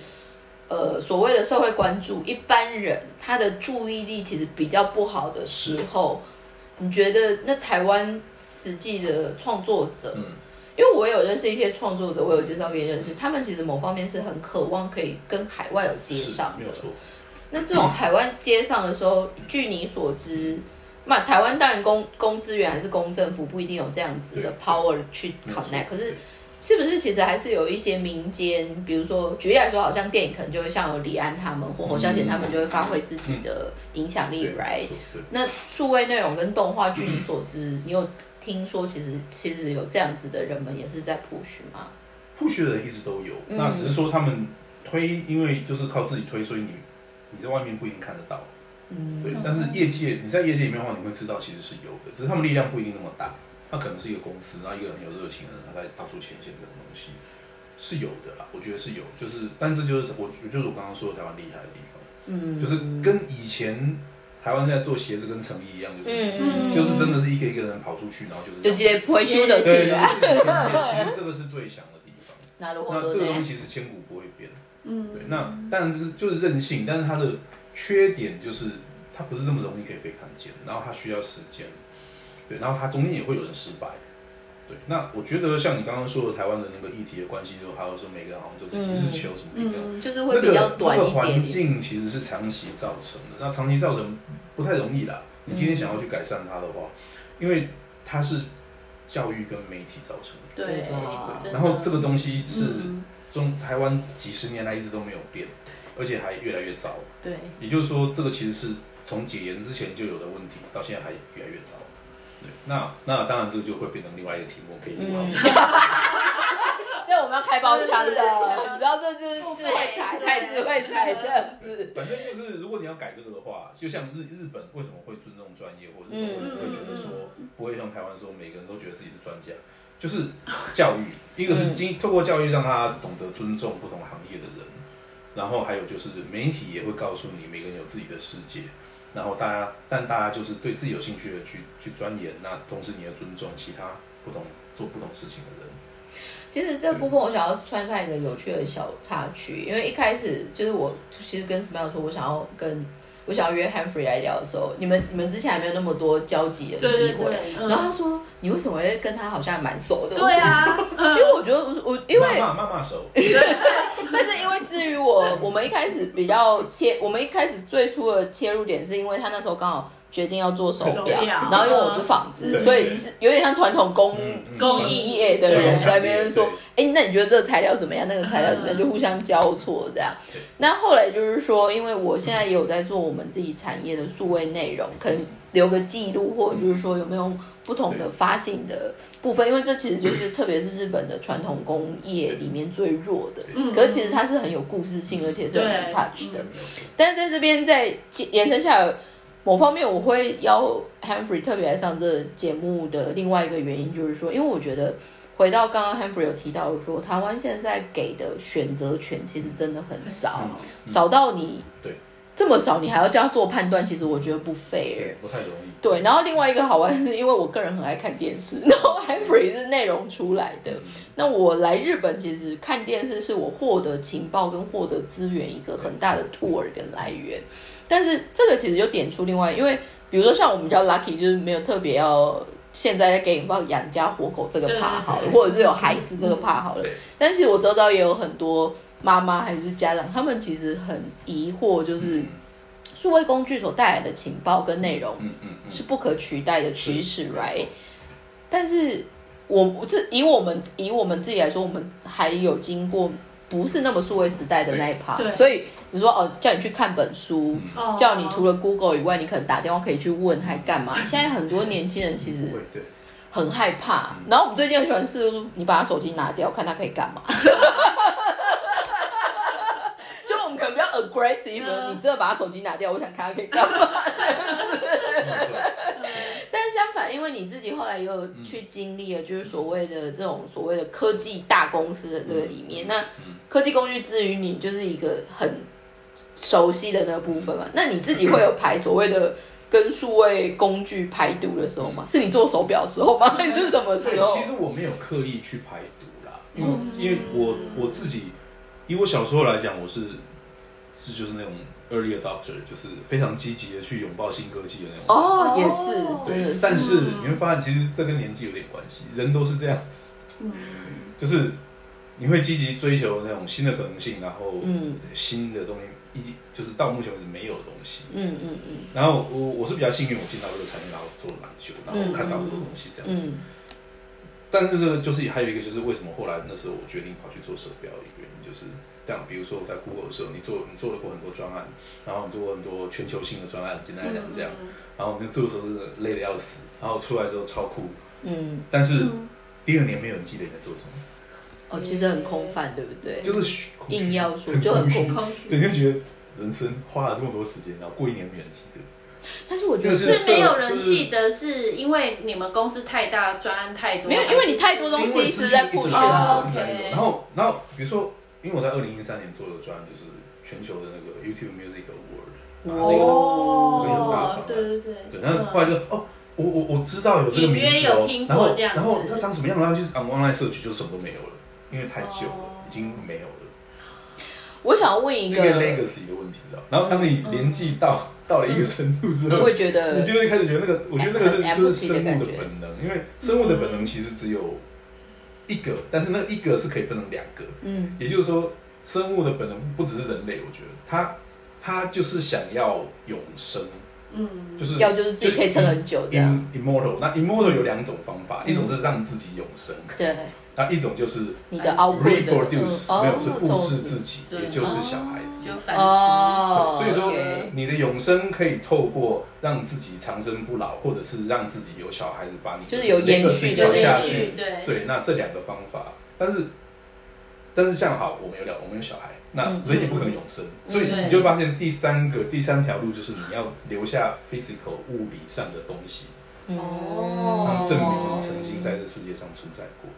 Speaker 1: 呃所谓的社会关注，一般人他的注意力其实比较不好的时候，你觉得那台湾实际的创作者，
Speaker 3: 嗯
Speaker 1: 因为我有认识一些创作者，我有介绍给你认识，他们其实某方面是很渴望可以跟海外有接上
Speaker 3: 没
Speaker 1: 的
Speaker 3: 有。错。
Speaker 1: 那这种海湾接上的时候，据你所知，那台湾当然公公资源还是公政府不一定有这样子的
Speaker 3: 对
Speaker 1: power 去
Speaker 3: 没有错
Speaker 1: connect，可是是不是其实还是有一些民间，比如说举例来说，好像电影可能就会像有李安他们或侯孝贤他们就会发挥自己的影响力
Speaker 3: 嗯对
Speaker 1: ，right？
Speaker 3: 没错对
Speaker 1: 那数位内容跟动画，据你所知，你有听说其实其实有这样子的人们也是在 push 吗？
Speaker 3: push 的人一直都有，
Speaker 1: 嗯
Speaker 3: 那只是说他们推，因为就是靠自己推，所以你你在外面不一定看得到。
Speaker 1: 嗯
Speaker 3: 对，但是业界你在业界里面的话，你会知道其实是有的，只是他们力量不一定那么大。那可能是一个公司，然后一个很有热情的人，他在到处前线这种东西是有的啦，我觉得是有，就是但这就是我就是我刚刚说的台湾厉害的地方，
Speaker 1: 嗯，
Speaker 3: 就是跟以前台湾在做鞋子跟成衣一样，就是、
Speaker 1: 嗯
Speaker 2: 嗯
Speaker 3: 就是真的是一个一个人跑出去，然后就是
Speaker 1: 就
Speaker 3: 这样
Speaker 1: 这个回 收的
Speaker 3: 对，
Speaker 1: 地
Speaker 3: 就
Speaker 1: 啊，
Speaker 3: 是前线，其实这个是最强的地方。
Speaker 1: 那如果
Speaker 3: 那这
Speaker 1: 说
Speaker 3: 个
Speaker 1: 呢
Speaker 3: 东西其实千古不会变。
Speaker 2: 嗯
Speaker 3: 对，那当然就是就是任性，但是它的缺点就是它不是这么容易可以被看见，然后它需要时间，对，然后它中间也会有人失败，对。那我觉得像你刚刚说的台湾的那个议题的关系，就还有说每个人好像就是一直求什么一个，
Speaker 2: 嗯，
Speaker 1: 就是
Speaker 3: 那
Speaker 1: 会比较短
Speaker 3: 个
Speaker 1: 一
Speaker 3: 那个环
Speaker 1: 点点。
Speaker 3: 境其实是长期造成的，那长期造成不太容易啦。你今天想要去改善它的话，因为它是教育跟媒体造成的，
Speaker 2: 对
Speaker 1: 对吧，
Speaker 2: 真的
Speaker 3: 然后这个东西是。
Speaker 2: 嗯
Speaker 3: 中台湾几十年来一直都没有变，而且还越来越糟。
Speaker 2: 对，
Speaker 3: 也就是说，这个其实是从解严之前就有的问题，到现在还越来越糟。对，那那当然这个就会变成另外一个题目，可以另外
Speaker 1: 嗯
Speaker 3: 讲。，
Speaker 1: 这我们要开包厢的，
Speaker 2: 对对对
Speaker 1: 你知道这就是智慧财，
Speaker 2: 对
Speaker 1: 太智慧财这样子。
Speaker 3: 反正就是，如果你要改这个的话，就像日日本为什么会尊重专业，或者日本为什么会觉得说不会像台湾说每个人都觉得自己是专家，就是教育，一个是经透过教育让他懂得尊重不同行业的人，然后还有就是媒体也会告诉你每个人有自己的世界，然后大家但大家就是对自己有兴趣的去去钻研，那同时你也尊重其他不同做不同事情的人。
Speaker 1: 其实这部分我想要穿插一个有趣的小插曲，因为一开始就是我其实跟 Smile 说，我想要跟我想要约 Humphrey 来聊的时候，你们你们之前还没有那么多交集的
Speaker 2: 对
Speaker 1: 机
Speaker 2: 对
Speaker 1: 会
Speaker 2: 对，嗯
Speaker 1: 然后他说你为什么会跟他好像还蛮熟的？
Speaker 2: 对，啊，
Speaker 1: 因为我觉得我我因为
Speaker 3: 骂骂骂骂手，
Speaker 1: 但是因为至于我，我们一开始比较切，我们一开始最初的切入点是因为他那时候刚好决定要做手
Speaker 2: 手
Speaker 1: 表，
Speaker 2: 表
Speaker 1: 然后因为我是纺织，
Speaker 3: 对
Speaker 1: 所以是有点像传统工
Speaker 3: 嗯嗯
Speaker 2: 工
Speaker 1: 艺
Speaker 2: 艺
Speaker 1: 业的人
Speaker 3: 传统产业
Speaker 1: 在那边说
Speaker 3: 对，
Speaker 1: 哎、那你觉得这个材料怎么样？那个材料怎么
Speaker 2: 嗯
Speaker 1: 样？就互相交错这样
Speaker 3: 对。
Speaker 1: 那后来就是说，因为我现在也有在做我们自己产业的数位内容，可能留个记录，或者就是说有没有不同的发行的部分，因为这其实就是特别是日本的传统工业里面最弱的。
Speaker 2: 嗯
Speaker 1: 可是其实它是很有故事性，而且是很
Speaker 2: 对
Speaker 1: touch 的
Speaker 2: 嗯。
Speaker 1: 但是在这边再延伸下来，某方面我会邀 Humphrey 特别来上这个节目的另外一个原因，就是说，因为我觉得回到刚刚 Humphrey 有提到说，台湾现在给的选择权其实真的很少，少到你
Speaker 3: 对
Speaker 1: 这么少，你还要这样做判断，其实我觉得不 fair
Speaker 3: 对。，不太容易。
Speaker 1: 对，然后另外一个好玩是因为我个人很爱看电视，然后 Humphrey 是内容出来的。那我来日本其实看电视是我获得情报跟获得资源一个很大的 tour 跟来源，但是这个其实就点出另外，因为比如说像我们比较 lucky 就是没有特别要。现在在给你报养家活口这个怕好了，
Speaker 2: 对
Speaker 1: 或者是有孩子这
Speaker 3: 嗯
Speaker 1: 个怕好了
Speaker 3: 对，
Speaker 1: 但其实我周遭也有很多妈妈还是家长，他们其实很疑惑，就是数位工具所带来的情报跟内容
Speaker 3: 嗯嗯嗯嗯，
Speaker 1: 是不可取代的趋势
Speaker 3: 是没错
Speaker 1: ，right？但是我我这以我们以我们自己来说，我们还有经过不是那么数位时代的那一趴
Speaker 2: 对，
Speaker 1: 所以你说哦，叫你去看本书，
Speaker 2: 哦
Speaker 1: 叫你除了 Google 以外，你可能打电话可以去问，还干 嘛？现在很多年轻人其实
Speaker 3: 对 对，
Speaker 1: 很害怕，然后我们最近很喜欢试，你把他手机拿掉，看他可以 干嘛。就我们可能比较 aggressive，、
Speaker 2: 嗯
Speaker 1: 你真的把他手机拿掉，我想看他可以干嘛。
Speaker 3: 没错
Speaker 1: 但相反，因为你自己后来也有去经历了，就是所谓的这种所谓的科技大公司的这个里
Speaker 3: 嗯
Speaker 1: 面，那科技工具之于你就是一个很熟悉的那个部分嘛。那你自己会有排所谓的跟数位工具排毒的时候吗？是你做手表的时候 吗？还是什么时候
Speaker 3: 嗯哎对，其？实我没有刻意去排毒啦，因为、因为我我自己，以我小时候来讲，我是是就是那种 early adopter，就是非常积极的去拥抱新科技的那种。
Speaker 1: 哦，也是，真的
Speaker 3: 对，
Speaker 1: 是。
Speaker 3: 但是你会发现，其实这跟年纪有点关系，人都是这样子，
Speaker 1: 嗯
Speaker 3: 就是你会积极追求那种新的可能性，然后
Speaker 1: 嗯
Speaker 3: 新的东西，一就是到目前为止没有的东西。
Speaker 1: 嗯嗯嗯
Speaker 3: 然后我我是比较幸运，我进到这个产业，然后做了蛮久，然后看到很多东西这样子。
Speaker 1: 嗯
Speaker 3: 但是呢，就是还有一个就是为什么后来那时候我决定跑去做手表，一个原因就是这样。比如说我在 Google 的时候，你做你做了过很多专案，然后你做过很多全球性的专案，简单来讲是这样。然后你做的时候是累得要死，然后出来之后超酷，
Speaker 1: 嗯，
Speaker 3: 但是第二年没有人记得你在做什么，
Speaker 1: 哦，其实很空泛，对不对？
Speaker 3: 就是虚空虚
Speaker 1: 硬要说
Speaker 3: 很
Speaker 1: 就很
Speaker 3: 虚
Speaker 1: 空
Speaker 2: 空
Speaker 3: 对，
Speaker 2: 虚，
Speaker 3: 你就觉得人生花了这么多时间，然后过一年没有人记得。
Speaker 1: 但是我觉得
Speaker 3: 就是
Speaker 2: 没有人记得，是因为你们公司太大，专案太多，
Speaker 1: 没有，因为你太多东西一直在
Speaker 3: 不
Speaker 1: push
Speaker 2: 来
Speaker 1: 了。
Speaker 2: 哦
Speaker 3: 一直来一直来然后，然后比如说，因为我在二零一三年做的专案就是全球的那个 YouTube Music Award，拿这个
Speaker 2: 哦，对对对，
Speaker 3: 对，然后后来就哦。我我我知道有这个名
Speaker 2: 隐约
Speaker 3: 字
Speaker 2: 有
Speaker 3: 哦
Speaker 2: 听，过
Speaker 3: 然后
Speaker 2: 这样子
Speaker 3: 然后它长什么样，然后就是 on online 社区就什么都没有了，因为太久
Speaker 2: 哦
Speaker 3: 了，已经没有了，
Speaker 1: 我想要问一
Speaker 3: 那
Speaker 1: 个，
Speaker 3: 个 legacy 的问题，你知道？然后当你年纪到到了一个程度之
Speaker 1: 你
Speaker 3: 后，
Speaker 1: 会觉
Speaker 3: 你
Speaker 1: 得
Speaker 3: 就会开始觉得那个，我觉得那个是
Speaker 1: empathy
Speaker 3: 就是生物
Speaker 1: 的感
Speaker 3: 的
Speaker 1: 觉
Speaker 3: 本能，因为生物的本能其实只有一个，但是那一个是可以分成两个，
Speaker 1: 嗯
Speaker 3: 也就是说，生物的本能不只是人类，我觉得它它就是想要永生，
Speaker 2: 嗯，
Speaker 3: 就是
Speaker 1: 要就是自己可以撑很久这样
Speaker 3: i m m o r t a l 那 immortal 有两种方法，
Speaker 1: 嗯
Speaker 3: 一种是让自己永生，
Speaker 1: 对
Speaker 3: 那一种就是
Speaker 1: 你的 output 的嗯
Speaker 3: 嗯
Speaker 1: 哦
Speaker 3: reproduce，没有是复制自
Speaker 1: 己
Speaker 3: 己，
Speaker 2: 对
Speaker 3: 也就是小孩子。
Speaker 2: 就反思，
Speaker 1: 哦，
Speaker 3: 所以说
Speaker 1: OK，
Speaker 3: 你的永生可以透过让自己长生不老，或者是让自己有小孩子，把你
Speaker 1: 就是有延续的
Speaker 3: 传下
Speaker 1: 延
Speaker 3: 去
Speaker 1: 续。
Speaker 2: 对，
Speaker 3: 对，那这两个方法，但是但是像好，我们有两，我们有小孩，那
Speaker 1: 嗯
Speaker 3: 人也不可能永生，
Speaker 1: 嗯
Speaker 3: 所以
Speaker 2: 对
Speaker 3: 你就发现第三个第三条路就是你要留下 physical 物理上的东西，
Speaker 2: 哦
Speaker 3: 让
Speaker 2: 这
Speaker 3: 嗯啊证
Speaker 2: 么
Speaker 3: 明你曾经在这世界上存在过。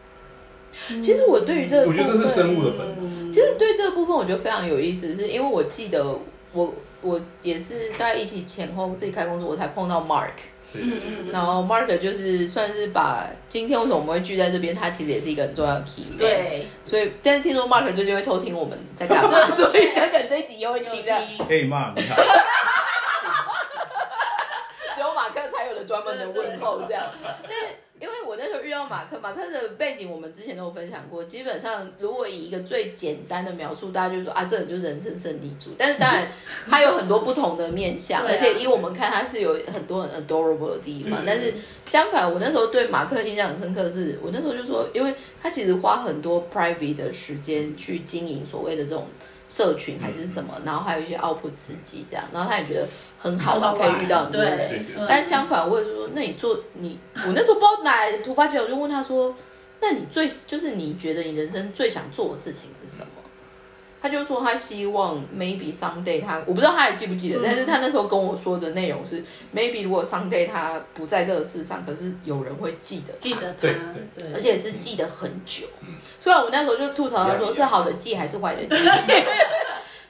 Speaker 1: 其实我对于这个
Speaker 3: 我觉得这
Speaker 1: 部
Speaker 3: 是
Speaker 1: 分
Speaker 3: 生物的本能。
Speaker 2: 嗯，
Speaker 1: 其实对这个部分我觉得非常有意思，是因为我记得我我也是大概一起前后自己开公司，我才碰到 Mark，
Speaker 3: 对对对，
Speaker 2: 嗯嗯，
Speaker 1: 然后 Mark 就是算是把今天为什么我们会聚在这边，他其实也是一个很重要的 key，man
Speaker 2: 对，
Speaker 1: 所以但是听说 Mark 最近会偷听我们在干嘛，所以他可能这一集也会
Speaker 2: 有
Speaker 1: 听
Speaker 2: 听
Speaker 1: 这样。
Speaker 4: 哎妈，你好，
Speaker 1: 只有马克才有的专门的问候这样。但因为我那时候遇到马克，马克的背景我们之前都有分享过，基本上如果以一个最简单的描述，大家就说啊，这人就是人生胜利组。但是当然，他有很多不同的面相，
Speaker 2: 对啊嗯
Speaker 1: 而且依我们看，他是有很多很 adorable 的地方。但是相反，我那时候对马克印象很深刻的是，我那时候就说，因为他其实花很多 private 的时间去经营所谓的这种。社群还是什么，然后还有一些 output 自己这样，然后他也觉得很好玩，可以遇到很多人，
Speaker 2: 对
Speaker 3: 对对对
Speaker 1: 但相反，我也是说，那你做你，我那时候不知道哪来的突发奇想，我就问他说，那你最就是你觉得你人生最想做的事情是什么？他就说他希望 maybe someday 他我不知道他还记不记得，但是他那时候跟我说的内容是 maybe 如果 someday 他不在这个世上，可是有人会记得他
Speaker 2: 记得他，
Speaker 3: 对
Speaker 2: 对
Speaker 1: 而且是记得很久。
Speaker 3: 嗯啊
Speaker 1: 虽然我那时候就吐槽他说是好的记还是坏 的记，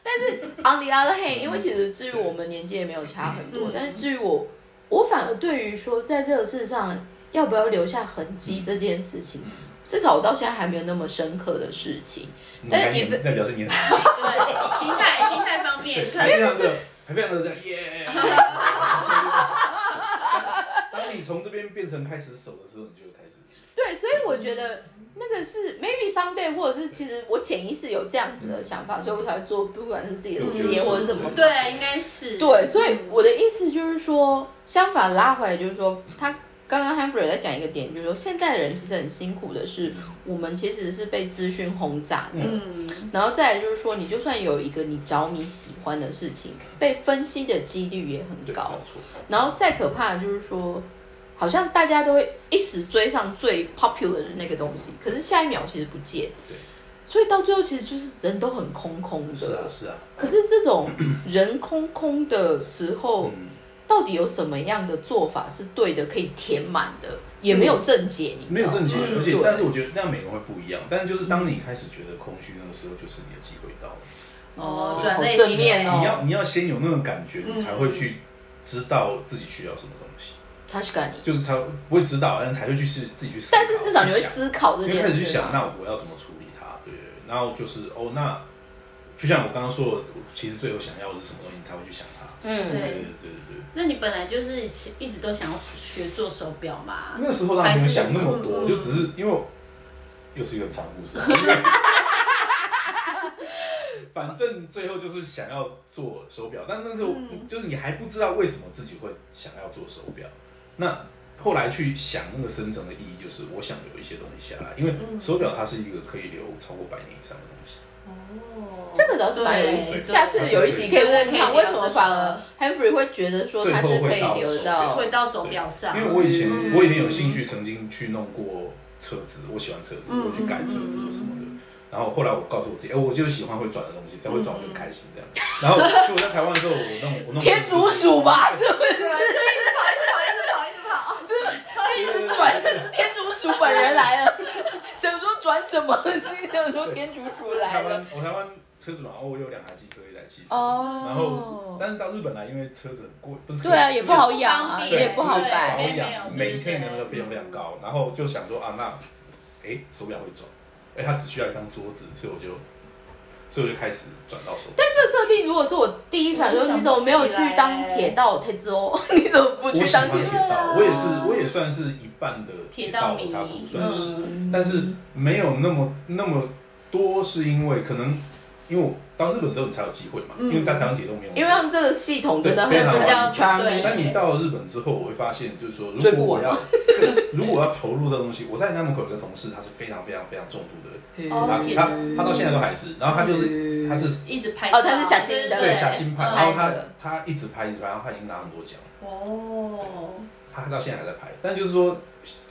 Speaker 1: 但是 on the other hand，因为其实至于我们年纪也没有差很多，
Speaker 2: 嗯
Speaker 1: 但是至于我，我反而对于说在这个世上要不要留下痕迹这件事情，
Speaker 3: 嗯
Speaker 1: 至少我到现在还没有那么深刻的事情。
Speaker 3: 你
Speaker 1: 但是
Speaker 3: 还
Speaker 1: 哎你
Speaker 3: 年那表示你很
Speaker 2: 对，心态心态方面，
Speaker 3: 还非常的，还非常的这样 耶。当你从这边变成开始手的时候，你就开始。
Speaker 1: 对，所以我觉得那个是 maybe someday，或者是其实我潜意识有这样子的想法，所以我才会做，不管是自己的事业或者是什么
Speaker 3: 对
Speaker 2: 对，应该是
Speaker 1: 对，所以
Speaker 2: 嗯
Speaker 1: 我的意思就是说，相反拉回来就是说，他刚刚 Humphrey 在讲一个点，就是说现代人其实很辛苦的是，我们其实是被资讯轰炸的。
Speaker 3: 嗯
Speaker 2: 嗯，
Speaker 1: 然后再来就是说，你就算有一个你着迷喜欢的事情，被分析的几率也很
Speaker 3: 对，
Speaker 1: 高
Speaker 3: 没。错。
Speaker 1: 然后再可怕的就是说，好像大家都会一时追上最 popular 的那个东西，可是下一秒其实不见。
Speaker 3: 对。
Speaker 1: 所以到最后其实就是人都很空空的。
Speaker 3: 是啊，是啊。
Speaker 1: 可是这种人空空的时候，
Speaker 3: 嗯，
Speaker 1: 到底有什么样的做法是对的，可以填满的，也没有正解，你
Speaker 3: 没有正
Speaker 1: 解，
Speaker 3: 解，
Speaker 2: 嗯
Speaker 3: 而且
Speaker 1: 对
Speaker 3: 但是我觉得那每个人会不一样。但是就是当你开始觉得空虚那个时候，就是你的机会到了。
Speaker 1: 哦，
Speaker 2: 转
Speaker 1: 好
Speaker 2: 类
Speaker 1: 正面
Speaker 3: 你要
Speaker 1: 哦，
Speaker 3: 你要先有那种感觉，
Speaker 2: 嗯
Speaker 3: 你才会去知道自己需要什么东西，
Speaker 1: 他是干你，
Speaker 3: 就是才不会知道，但是才会去试自己去思
Speaker 1: 嗯
Speaker 3: 考。
Speaker 1: 但是至少你会
Speaker 3: 去想
Speaker 1: 思考这
Speaker 3: 因为开
Speaker 1: 件
Speaker 3: 始去
Speaker 1: 事
Speaker 3: 想，
Speaker 1: 嘛。
Speaker 3: 那我要怎么处理它？对对对，然后就是哦，那就像我刚刚说的，我其实最后想要的是什么东西，你才会去想它。对
Speaker 1: 嗯，
Speaker 3: 对对对对。
Speaker 2: 那你本来就是一直都想要学做手表嘛？
Speaker 3: 那时候当然没有想那么多，
Speaker 2: 还是嗯
Speaker 3: 我就只是因为我又是一个很长故事。 反正最后就是想要做手表，但那时候
Speaker 2: 嗯
Speaker 3: 就是你还不知道为什么自己会想要做手表。那后来去想那个深层的意义，就是我想留一些东西下来，因为
Speaker 2: 嗯
Speaker 3: 手表它是一个可以留超过百年以上的东西。
Speaker 2: 哦，
Speaker 1: 这个倒是蛮有意思。
Speaker 2: 对
Speaker 1: 下次有一集可以问问看，为什么反而 Henry 会觉得说他是可以
Speaker 3: 最后
Speaker 1: 留
Speaker 3: 会到
Speaker 1: 到
Speaker 2: 会到手表上，
Speaker 3: 因为我以前、
Speaker 2: 嗯
Speaker 3: 我以前有兴趣，曾经去弄过车子，我喜欢车子，
Speaker 2: 嗯
Speaker 3: 我去改车子什么的。然后后来我告诉我自己，哎、我就是喜欢会转的东西，只要会转我就很开心这样。然后所以我在台湾的时候，我弄我
Speaker 1: 嗯
Speaker 3: 弄
Speaker 1: 天竺鼠吧？这
Speaker 2: 对
Speaker 1: 是
Speaker 2: 一直跑，一直跑，一直跑，一直跑。
Speaker 1: 一直转，这是天竺鼠本人来了，想说转什么？心想说天竺鼠来
Speaker 3: 台
Speaker 1: 了。
Speaker 3: 湾我台湾车子嘛，哦，我有两台汽车，一台汽车。
Speaker 1: 哦
Speaker 3: 然后但是到日本来，因为车子很贵，不是
Speaker 1: 对啊，
Speaker 3: 贵
Speaker 1: 也不好养啊，
Speaker 2: 方
Speaker 3: 对
Speaker 2: 便
Speaker 1: 也不好
Speaker 3: 就是
Speaker 1: 摆
Speaker 3: 保。
Speaker 2: 对
Speaker 3: 养
Speaker 2: 没有对
Speaker 3: maintain 的那个费用非常高，然后就想说啊，那哎手表会转，哎它只需要一张桌子，所以我就所以我就开始转到手表。
Speaker 1: 但这设定如果是我第一反应，说你怎么没有去当铁道 铁之哦？你怎么不
Speaker 3: 我
Speaker 1: 去
Speaker 3: 喜
Speaker 1: 当
Speaker 3: 欢
Speaker 1: 铁
Speaker 3: 铁？道，我也是我也算是一半的
Speaker 2: 铁道
Speaker 3: 道
Speaker 2: 迷
Speaker 3: 他不算是，
Speaker 1: 嗯，
Speaker 3: 但是没有那么那么多，是因为可能因为我到日本之后你才有机会嘛，因为在台湾铁路没有，
Speaker 1: 嗯因为他们这个系统真的很
Speaker 3: 对非常
Speaker 1: 比较
Speaker 2: 完整
Speaker 1: charming，
Speaker 3: 但你到了日本之后，我会发现，就是说，
Speaker 1: 追
Speaker 3: 如
Speaker 1: 不
Speaker 3: 果我
Speaker 1: 完
Speaker 3: 要，对如果我要投入这东西，我在南门口有个同事，他是非常非常非常重度的人，
Speaker 2: 哦
Speaker 3: 他
Speaker 1: 嗯
Speaker 2: 天嗯
Speaker 3: 他他到现在都还是，然后他就是
Speaker 1: 是
Speaker 3: 他是
Speaker 2: 一直拍
Speaker 1: 哦他是小心的
Speaker 3: 对
Speaker 1: 对
Speaker 3: 下心拍，
Speaker 1: 嗯
Speaker 3: 然后他
Speaker 1: 拍的
Speaker 3: 他一直拍一直拍，然后他已经拿很多奖，
Speaker 2: 哦，
Speaker 3: 他到现在还在拍。但就是说，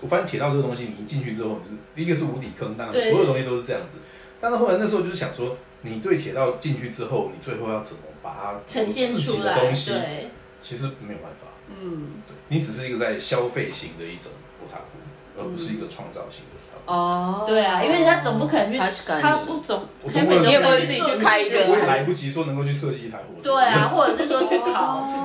Speaker 3: 我发现铁道这个东西，你一进去之后，你就是第一个是无底坑，当然
Speaker 2: 对
Speaker 3: 所有东西都是这样子。但是后来那时候就是想说，你对铁道进去之后，你最后要怎么把它
Speaker 2: 呈现
Speaker 3: 自己
Speaker 2: 出
Speaker 3: 的
Speaker 2: 来，
Speaker 3: 东西，
Speaker 2: 对，
Speaker 3: 其实没有办法。
Speaker 2: 嗯，
Speaker 3: 对你只是一个在消费型的一种 otaku，而不是一个创造型的 otaku。
Speaker 1: 哦，
Speaker 2: 对啊，因为他总不可能去，
Speaker 1: 他是感
Speaker 2: 他不总，
Speaker 3: 我
Speaker 2: 他
Speaker 3: 总不能
Speaker 1: 你也不会自己去开一
Speaker 3: 我也
Speaker 1: 个，啊
Speaker 3: 来不及说能够去设计一台火车，
Speaker 2: 对啊，，或者是说去考，去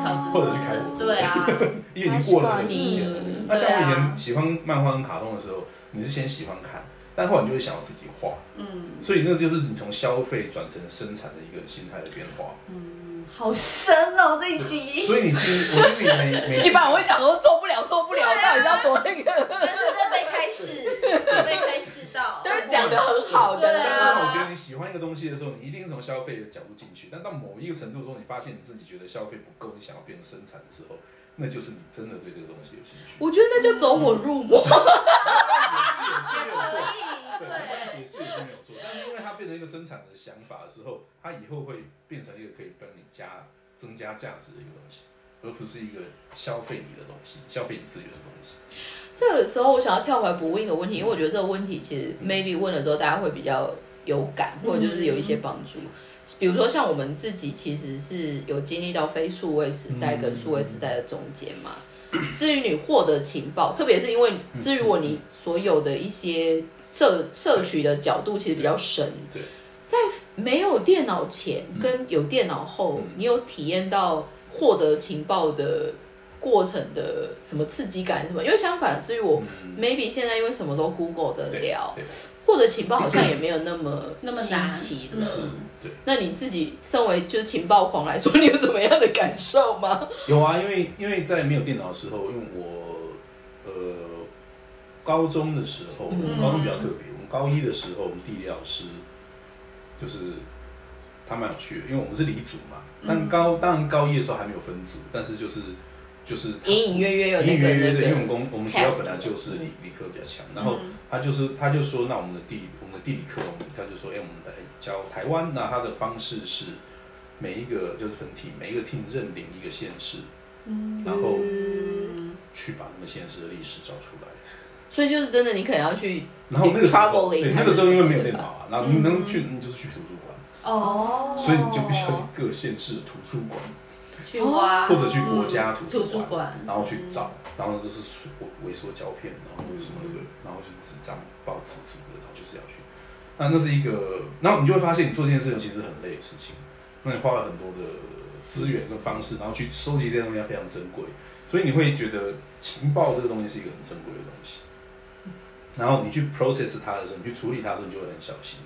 Speaker 2: 考
Speaker 1: 哦
Speaker 2: 试，
Speaker 3: 或者去开火车
Speaker 2: 对啊，
Speaker 3: 因为已经过了那个时间了。
Speaker 1: 嗯
Speaker 3: 那像我以
Speaker 2: 对啊
Speaker 3: 前喜欢漫画跟卡通的时候，你是先喜欢看，但后来你就会想要自己画，
Speaker 2: 嗯
Speaker 3: 所以那就是你从消费转成生产的一个心态的变化。
Speaker 2: 嗯，好深哦这一集，
Speaker 3: 所以你经历，我经历 每每
Speaker 1: 一般我会想说受不了，受不了，到底要多那 个？
Speaker 2: 真的被开示，被开示到，
Speaker 1: 但是讲的很好，讲
Speaker 2: 对
Speaker 1: 的
Speaker 2: 啊
Speaker 1: 很
Speaker 3: 但
Speaker 1: 好。
Speaker 3: 是我觉得你喜欢一个东西的时候，你一定是从消费的角度进去，但到某一个程度的时候，你发现你自己觉得消费不够，你想要变成生产的时候，那就是你真的对这个东西有兴趣。
Speaker 1: 我觉得那就走我入魔。
Speaker 3: 解释
Speaker 2: 可以，对。
Speaker 3: 也是没有错，对，这样解释也是没有错，但是因为它变成一个生产的想法的时候，它以后会变成一个可以帮你加增加价值的一个东西，而不是一个消费你的东西，消费你资源的东西。
Speaker 1: 这个时候我想要跳回来补问一个问题，因为我觉得这个问题其实 maybe 问了之后大家会比较有感，或者就是有一些帮助。比如说像我们自己其实是有经历到非数位时代跟数位时代的中间嘛。至于你获得情报，特别是因为至于我你所有的一些摄摄取的角度其实比较深，
Speaker 3: 对，
Speaker 1: 在没有电脑前跟有电脑后，你有体验到获得情报的过程的什么刺激感什么？因为相反，至于我、maybe 现在因为什么都 Google 的
Speaker 3: 对
Speaker 1: 聊，
Speaker 3: 对
Speaker 1: 获得情报好像也没有那 么
Speaker 2: 那么
Speaker 1: 稀
Speaker 2: 难
Speaker 1: 奇了。
Speaker 3: 是，对，
Speaker 1: 那你自己身为就是情报狂来说，你有什么样的感受 吗？
Speaker 3: 有啊，因为因为在没有电脑的时候，因为我呃高中的时候，我们高中比较特别，我们高一的时候，我们地理老师就是他蛮有趣的，因为我们是理组嘛，但高当然高一的时候还没有分组，但是就是就是他
Speaker 1: 隐隐约约有
Speaker 3: 隐
Speaker 1: 那
Speaker 3: 隐
Speaker 1: 个
Speaker 3: 约约
Speaker 1: 那
Speaker 3: 的，因为
Speaker 1: 个嗯
Speaker 3: 我们公我们学校本来就是理理科比较强，然后他就是他就说，那我们的地我们的地理课，我们他就说，哎、我们来教台湾，那他的方式是每一个就是分体，每一个 team 认领一个县市，
Speaker 1: 嗯
Speaker 3: 然后
Speaker 2: 嗯
Speaker 3: 去把那个县市的历史找出来。
Speaker 1: 所以就是真的，你可能要去
Speaker 3: 然后那个时候，
Speaker 1: traveling，
Speaker 3: 对
Speaker 1: 还
Speaker 3: 那
Speaker 1: 是
Speaker 3: 个时候因为没
Speaker 1: 什么
Speaker 3: 有电
Speaker 1: 的
Speaker 3: 脑
Speaker 1: 吧嗯
Speaker 3: 啊，然后你能去你就是去图书馆，
Speaker 2: 哦
Speaker 3: 所以你就必须要去各县市的图书馆，
Speaker 2: 去挖，
Speaker 3: 或者去国家啊嗯图
Speaker 2: 图书
Speaker 3: 馆嗯
Speaker 2: 馆，
Speaker 3: 然后去找，然后就是缩萎缩胶片，然后什么的，然后就是纸张、报纸什么的，然后就是要去。那那是一个，然后你就会发现，你做这件事情其实很累的事情，那你花了很多的资源跟方式，然后去收集这些东西，非常珍贵，所以你会觉得情报这个东西是一个很珍贵的东西。然后你去 process 它的时候，你去处理它的时候，你就会很小心。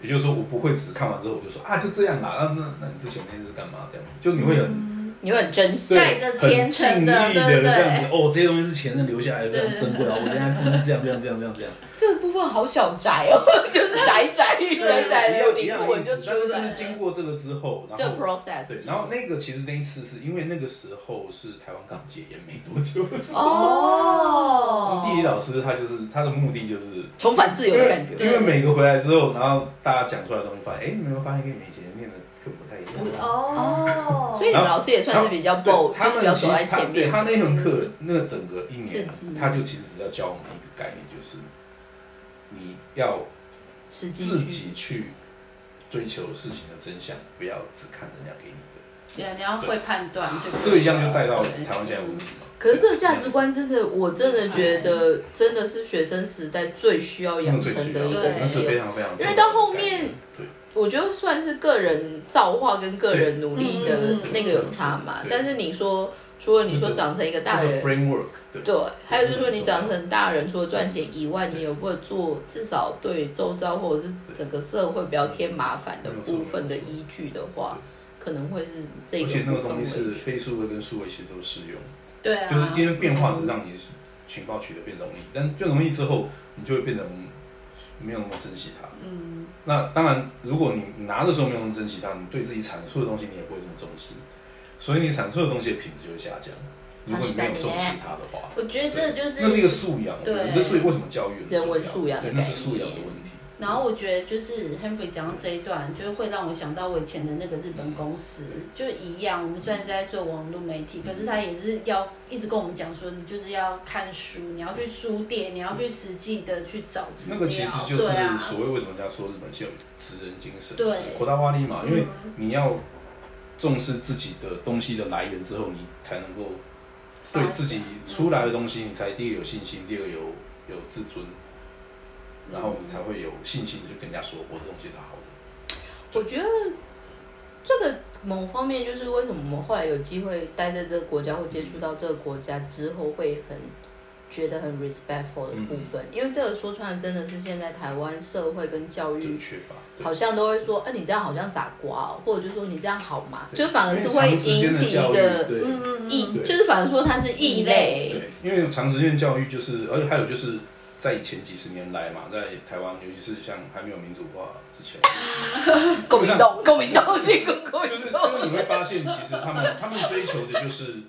Speaker 3: 也就是说，我不会只看完之后我就说啊，就这样啦，那那那你之前那是干嘛？这样子，就你会很
Speaker 1: 你会很珍惜。
Speaker 2: 带着虔诚的
Speaker 3: 很尽力
Speaker 2: 对不对
Speaker 3: 这样子哦，这些东西是前任留下来的，非常珍贵啊！我等一下就是这样这样这样这样这样，
Speaker 1: 这个部分好小宅哦， 就是宅宅宅宅的
Speaker 3: 一
Speaker 1: 灵
Speaker 3: 样
Speaker 1: 魂
Speaker 3: 的意
Speaker 1: 就
Speaker 3: 思。
Speaker 1: 出
Speaker 3: 但是就
Speaker 1: 来
Speaker 3: 是
Speaker 1: 了。
Speaker 3: 经过这个之后，
Speaker 1: 这
Speaker 3: 然
Speaker 1: 个
Speaker 3: 后
Speaker 1: process
Speaker 3: 对，然后那个其实那一次是因为那个时候是台湾刚解严没多久的时候，
Speaker 1: 哦，
Speaker 3: 地理老师他就是他的目的就是
Speaker 1: 重返自由的感觉
Speaker 3: 因为因为每个回来之后，然后大家讲出来的东西，发现哎，你有没有发现跟你们以前念的课不太一样？
Speaker 2: 哦，
Speaker 1: 所以你们老师也算是比较 bold，
Speaker 3: 他
Speaker 1: 就是
Speaker 3: 们
Speaker 1: 比较
Speaker 3: 其
Speaker 1: 走
Speaker 3: 实
Speaker 1: 在
Speaker 3: 他
Speaker 1: 前
Speaker 3: 对
Speaker 1: 面。
Speaker 3: 他那一堂课，那个整个一
Speaker 1: 刺
Speaker 3: 年啊
Speaker 1: 激，
Speaker 3: 他就其实只要教我们一个概念，就是你要
Speaker 1: 实际
Speaker 3: 自
Speaker 1: 去
Speaker 3: 己去追求事情的真相，不要只看人家给你的。
Speaker 2: 对，你要会判断这个，
Speaker 3: 这个一样就带到台湾现在问题嘛。
Speaker 1: 可是这个价值观真的，我真的觉得真的是学生时代最需要
Speaker 3: 对，
Speaker 1: 养
Speaker 3: 那最
Speaker 1: 成
Speaker 3: 需要
Speaker 1: 的一
Speaker 3: 那
Speaker 1: 个
Speaker 2: 对
Speaker 3: 是
Speaker 1: skill。
Speaker 3: 非常非常重要的概念，
Speaker 1: 因为到后面
Speaker 3: 对
Speaker 1: 我觉得算是个人造化跟个人努力的
Speaker 2: 嗯嗯嗯
Speaker 1: 那个有差嘛。
Speaker 3: 对
Speaker 1: 但是你说，除了你说长成一个大
Speaker 3: 那个
Speaker 1: 人，
Speaker 3: framework，对
Speaker 1: 对，还有就是说你长成大人，除了赚钱以外，你有没有做至少对周遭或者是整个社会不要添麻烦的部分的依据的话，可能会是这
Speaker 3: 而
Speaker 1: 个
Speaker 3: 且那
Speaker 1: 部
Speaker 3: 个
Speaker 1: 分
Speaker 3: 东
Speaker 1: 为
Speaker 3: 西是
Speaker 1: 主。
Speaker 3: 非数位跟数位其实都适用。
Speaker 2: 对啊，
Speaker 3: 就是今天变化只是让你情报取得变容易，但就容易之后，你就会变成没有那么珍惜它。
Speaker 2: 嗯，
Speaker 3: 那当然，如果你拿的时候没有那么珍惜它，你对自己产出的东西你也不会这么重视，所以你产出的东西的品质就会下降。如果你没有重视它的话，
Speaker 2: 我觉得这就
Speaker 3: 那是一
Speaker 2: 是，
Speaker 3: 个素养。
Speaker 2: 对
Speaker 3: 我觉得所以为什么教育很重要
Speaker 1: 人文素养的
Speaker 3: 对那是素养的问题。
Speaker 2: 然后我觉得就是呃 Henry 讲到这一段，就会让我想到我以前的那个日本公司，就一样，我们虽然是在做网络媒体，可是他也是要一直跟我们讲说，你就是要看书，你要去书店，你要去实际的去找资
Speaker 3: 那
Speaker 2: 料，
Speaker 3: 个其实就
Speaker 2: 对啊
Speaker 3: 是所谓为什么人家说日本是有职人精神，
Speaker 2: 对
Speaker 3: 就是扩大挖力嘛，因为
Speaker 1: 嗯
Speaker 3: 你要重视自己的东西的来源之后，你才能够对自己出来的东西，你才第一个有信心，第二个有有自尊，然后你才会有信心地去跟人家说我的东西是好的。
Speaker 1: 我觉得这个某方面就是为什么我们后来有机会待在这个国家或接触到这个国家之后，会很觉得很 respectful 的
Speaker 3: 嗯
Speaker 1: 部分，因为这个说穿了真的是现在台湾社会跟教育
Speaker 3: 就缺乏，对
Speaker 1: 嗯好像都会说，哎、你这样好像傻瓜、哦，或者就说你这样好吗？
Speaker 3: 对
Speaker 1: 就反而是
Speaker 3: 因为
Speaker 1: 会
Speaker 3: 长时间
Speaker 1: 引起
Speaker 3: 教
Speaker 1: 一
Speaker 3: 育
Speaker 1: 个嗯
Speaker 3: 对
Speaker 2: 嗯
Speaker 1: 异，
Speaker 3: 对
Speaker 1: 就是反而说它是异类。
Speaker 3: 对，因为长时间教育就是，而且还有就是在前几十年来嘛，在台湾，尤其是像还没有民主化之前。
Speaker 1: 共鸣洞，共鸣洞，那个 共
Speaker 3: 就
Speaker 1: 鸣
Speaker 3: 是
Speaker 1: 洞，
Speaker 3: 就是你会发现，其实他 们他们追求的就是速度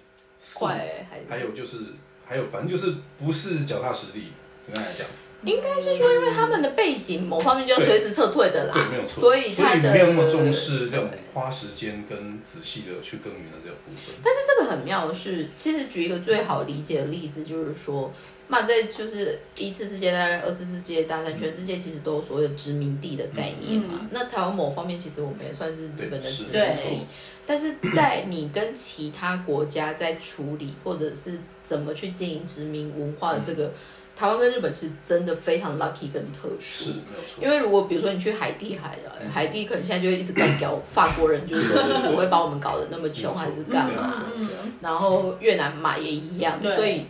Speaker 1: 快还是
Speaker 3: 还有就是还有，反正就是不是脚踏实地。简单来讲，
Speaker 1: 应该是说，因为他们的背景某方面就要随时撤退的啦，
Speaker 3: 对，没有错。
Speaker 1: 啊所
Speaker 3: 以
Speaker 1: 他的
Speaker 3: 没有那么重视这种
Speaker 1: 对
Speaker 3: 花时间跟仔细的去耕耘的这个部分。
Speaker 1: 但是这个很妙的是，其实举一个最好理解的例子，就是说，那在就是一次世界大战、二次世界大战，全世界其实都有所谓的殖民地的概念
Speaker 3: 嗯
Speaker 1: 嘛。那台湾某方面，其实我们也算是日本的殖民
Speaker 2: 对是
Speaker 1: 地，但是在你跟其他国家在处理或者是怎么去经营殖民文化的这
Speaker 3: 嗯
Speaker 1: 个，台湾跟日本其实真的非常 lucky 跟特殊
Speaker 3: 是。没有错，
Speaker 1: 因为如果比如说你去海地海了，海地可能现在就会一直干掉法国人，就是说你怎么会把我们搞得那么穷，还是干嘛？
Speaker 2: 嗯嗯
Speaker 1: 然后越南嘛也一样，
Speaker 2: 对
Speaker 1: 所以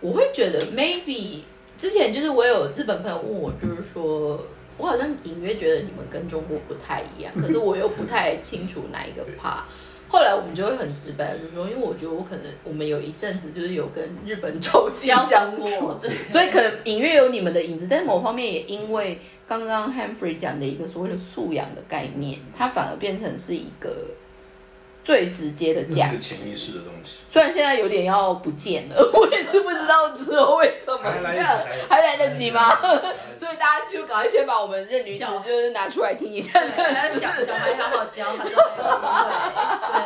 Speaker 1: 我会觉得 maybe 之前就是我有日本朋友问我，就是说我好像隐约觉得你们跟中国不太一样，可是我又不太清楚哪一个怕。后来我们就会很直白，就是说，因为我觉得我可能我们有一阵子就是有跟日本朝夕
Speaker 2: 交
Speaker 1: 相
Speaker 2: 过
Speaker 1: 处，
Speaker 2: 对
Speaker 1: 所以可能隐约有你们的影子，但是某方面也因为刚刚 Humphrey 讲的一个所谓的素养的概念，它反而变成是一个最直接的
Speaker 3: 那是
Speaker 1: 价
Speaker 3: 一个
Speaker 1: 值
Speaker 3: 潜。意识的东西。
Speaker 1: 虽然现在有点要不见了，我也是不知道之后会怎么
Speaker 3: 还来得
Speaker 1: 样
Speaker 3: 及，
Speaker 1: 还来得及吗？
Speaker 3: 所
Speaker 1: 所以大家就赶快先把我们任女子
Speaker 2: 笑
Speaker 1: 就是拿出来听一下，这
Speaker 2: 还
Speaker 1: 样
Speaker 2: 要
Speaker 1: 子。
Speaker 2: 小小孩好好教，好像没有机会。对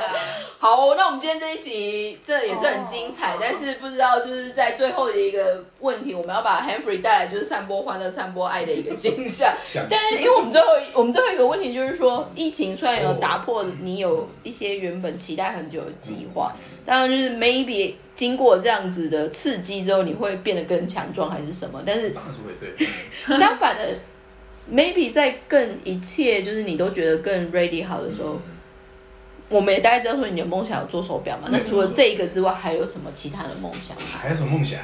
Speaker 2: 啊，
Speaker 1: 好哦、那我们今天这一集这也是很精彩，
Speaker 2: 哦
Speaker 1: 但是不知道就是在最后的一个问题，我们要把 Henry 带来就是散播欢乐、散播爱的一个形象。
Speaker 3: 想
Speaker 1: 但是因为我们最后我们最后一个问题就是说，疫情虽然有打破你有一些原本期待很久的计划，当然就是 maybe 经过这样子的刺激之后，你会变得更强壮还是什么？但是
Speaker 3: 嗯当然是会对，
Speaker 1: 相反的 ，maybe 在更一切就是你都觉得更 ready 好的时候，
Speaker 3: 嗯
Speaker 1: 我们也大概知道说你的梦想有做手表嘛。那除了这一个之外，还有什么其他的梦想？
Speaker 3: 还有什么梦想？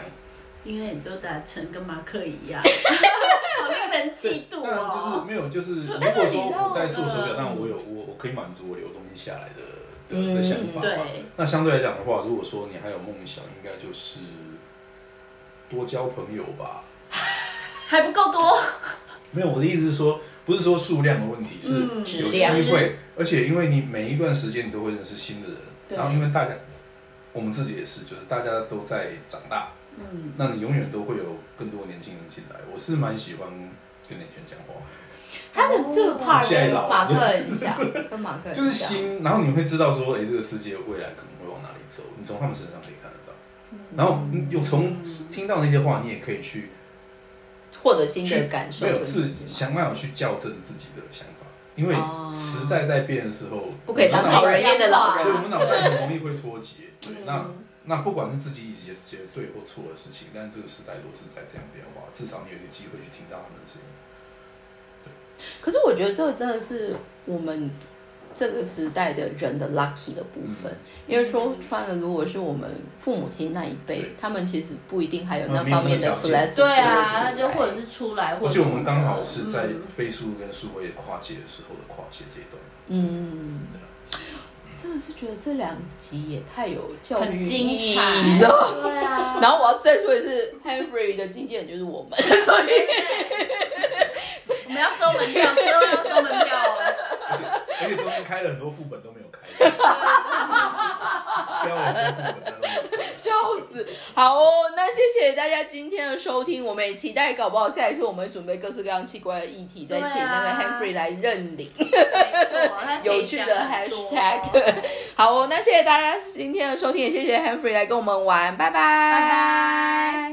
Speaker 2: 因为你都达成跟马克一 样，好令人嫉妒
Speaker 3: 当然就是
Speaker 2: 哦。
Speaker 3: 没有，就是如
Speaker 1: 但是
Speaker 3: 果
Speaker 1: 你知道
Speaker 3: 说我在做手表，
Speaker 2: 嗯
Speaker 3: 那我有我我可以满足我留东西下来的
Speaker 1: 嗯
Speaker 3: 的的想法
Speaker 1: 嗯
Speaker 3: 嘛
Speaker 2: 对。
Speaker 3: 那相对来讲的话，如果说你还有梦想，应该就是多交朋友吧。
Speaker 2: 还不够多，
Speaker 3: 没有，我的意思是说，不是说数量的问题，
Speaker 2: 嗯
Speaker 3: 是有
Speaker 1: 质
Speaker 3: 机
Speaker 1: 量
Speaker 3: 会，而且因为你每一段时间你都会认识新的人，
Speaker 2: 对
Speaker 3: 然后因为大家，我们自己也是，就是大家都在长大，
Speaker 2: 嗯，
Speaker 3: 那你永远都会有更多年轻人进来。我是蛮喜欢跟年轻人讲话，
Speaker 1: 他的这个 part
Speaker 3: 现在
Speaker 1: 跟
Speaker 3: 老了
Speaker 1: 马克很像，跟马克很像
Speaker 3: 就是新，然后你会知道说，哎、这个世界未来可能会往哪里走，你从他们身上可以看得到。
Speaker 1: 嗯
Speaker 3: 然后你有从听到那些话，你也可以去
Speaker 1: 获得新的感受
Speaker 3: 没
Speaker 1: 跟
Speaker 3: 有
Speaker 1: 刺
Speaker 3: 自
Speaker 1: 激嘛
Speaker 3: 想办法去校正自己的想法，因为
Speaker 1: 哦
Speaker 3: 时代在变的时候，
Speaker 1: 不可以当讨人厌嗯的老
Speaker 3: 对，我们
Speaker 1: 人。啊
Speaker 3: 脑袋很容易会脱 节。对，那那不管是自己解决对或错的事情，但这个时代如果是在这样变化，至少你有一个机会去听到他们的声音。
Speaker 1: 可是我觉得这个真的是我们这个时代的人的 lucky 的部
Speaker 3: 嗯
Speaker 1: 分，因为说穿了，如果是我们父母亲那一辈
Speaker 3: 对，
Speaker 1: 他们其实不一定还有
Speaker 3: 他
Speaker 1: 那
Speaker 3: 们
Speaker 1: 方面的
Speaker 3: 没有那个
Speaker 1: flexibility
Speaker 3: 条件
Speaker 1: 出
Speaker 2: 对
Speaker 1: 来。
Speaker 2: 啊，他就或者是出来，或
Speaker 3: 而
Speaker 2: 者
Speaker 3: 且我们刚好是在
Speaker 2: 嗯
Speaker 3: 非数跟数位跨界的时候的跨界阶段。
Speaker 1: 嗯，真的是觉得这两集也太有教育
Speaker 2: 很精
Speaker 1: 意义
Speaker 2: 彩，
Speaker 1: 了。
Speaker 2: 对啊，
Speaker 1: 然后我要再说一次，Henry 的经纪人就是我们， 所以
Speaker 2: 我们要收门票，最后要收门 票哦。
Speaker 3: 而且而且中间开了很多副本都没有开，不要我们副本都没有开。
Speaker 1: 笑死！好哦，那谢谢大家今天的收听，我们也期待，搞不好下一次我们会准备各式各样奇怪的议题，再
Speaker 2: 对啊
Speaker 1: 请那个 Henry 来认领。
Speaker 2: 没错他 可以
Speaker 1: 有趣的
Speaker 2: 讲很多
Speaker 1: hashtag 好哦，那谢谢大家今天的收听，也谢谢 Henry 来跟我们玩，拜拜，
Speaker 2: 拜拜。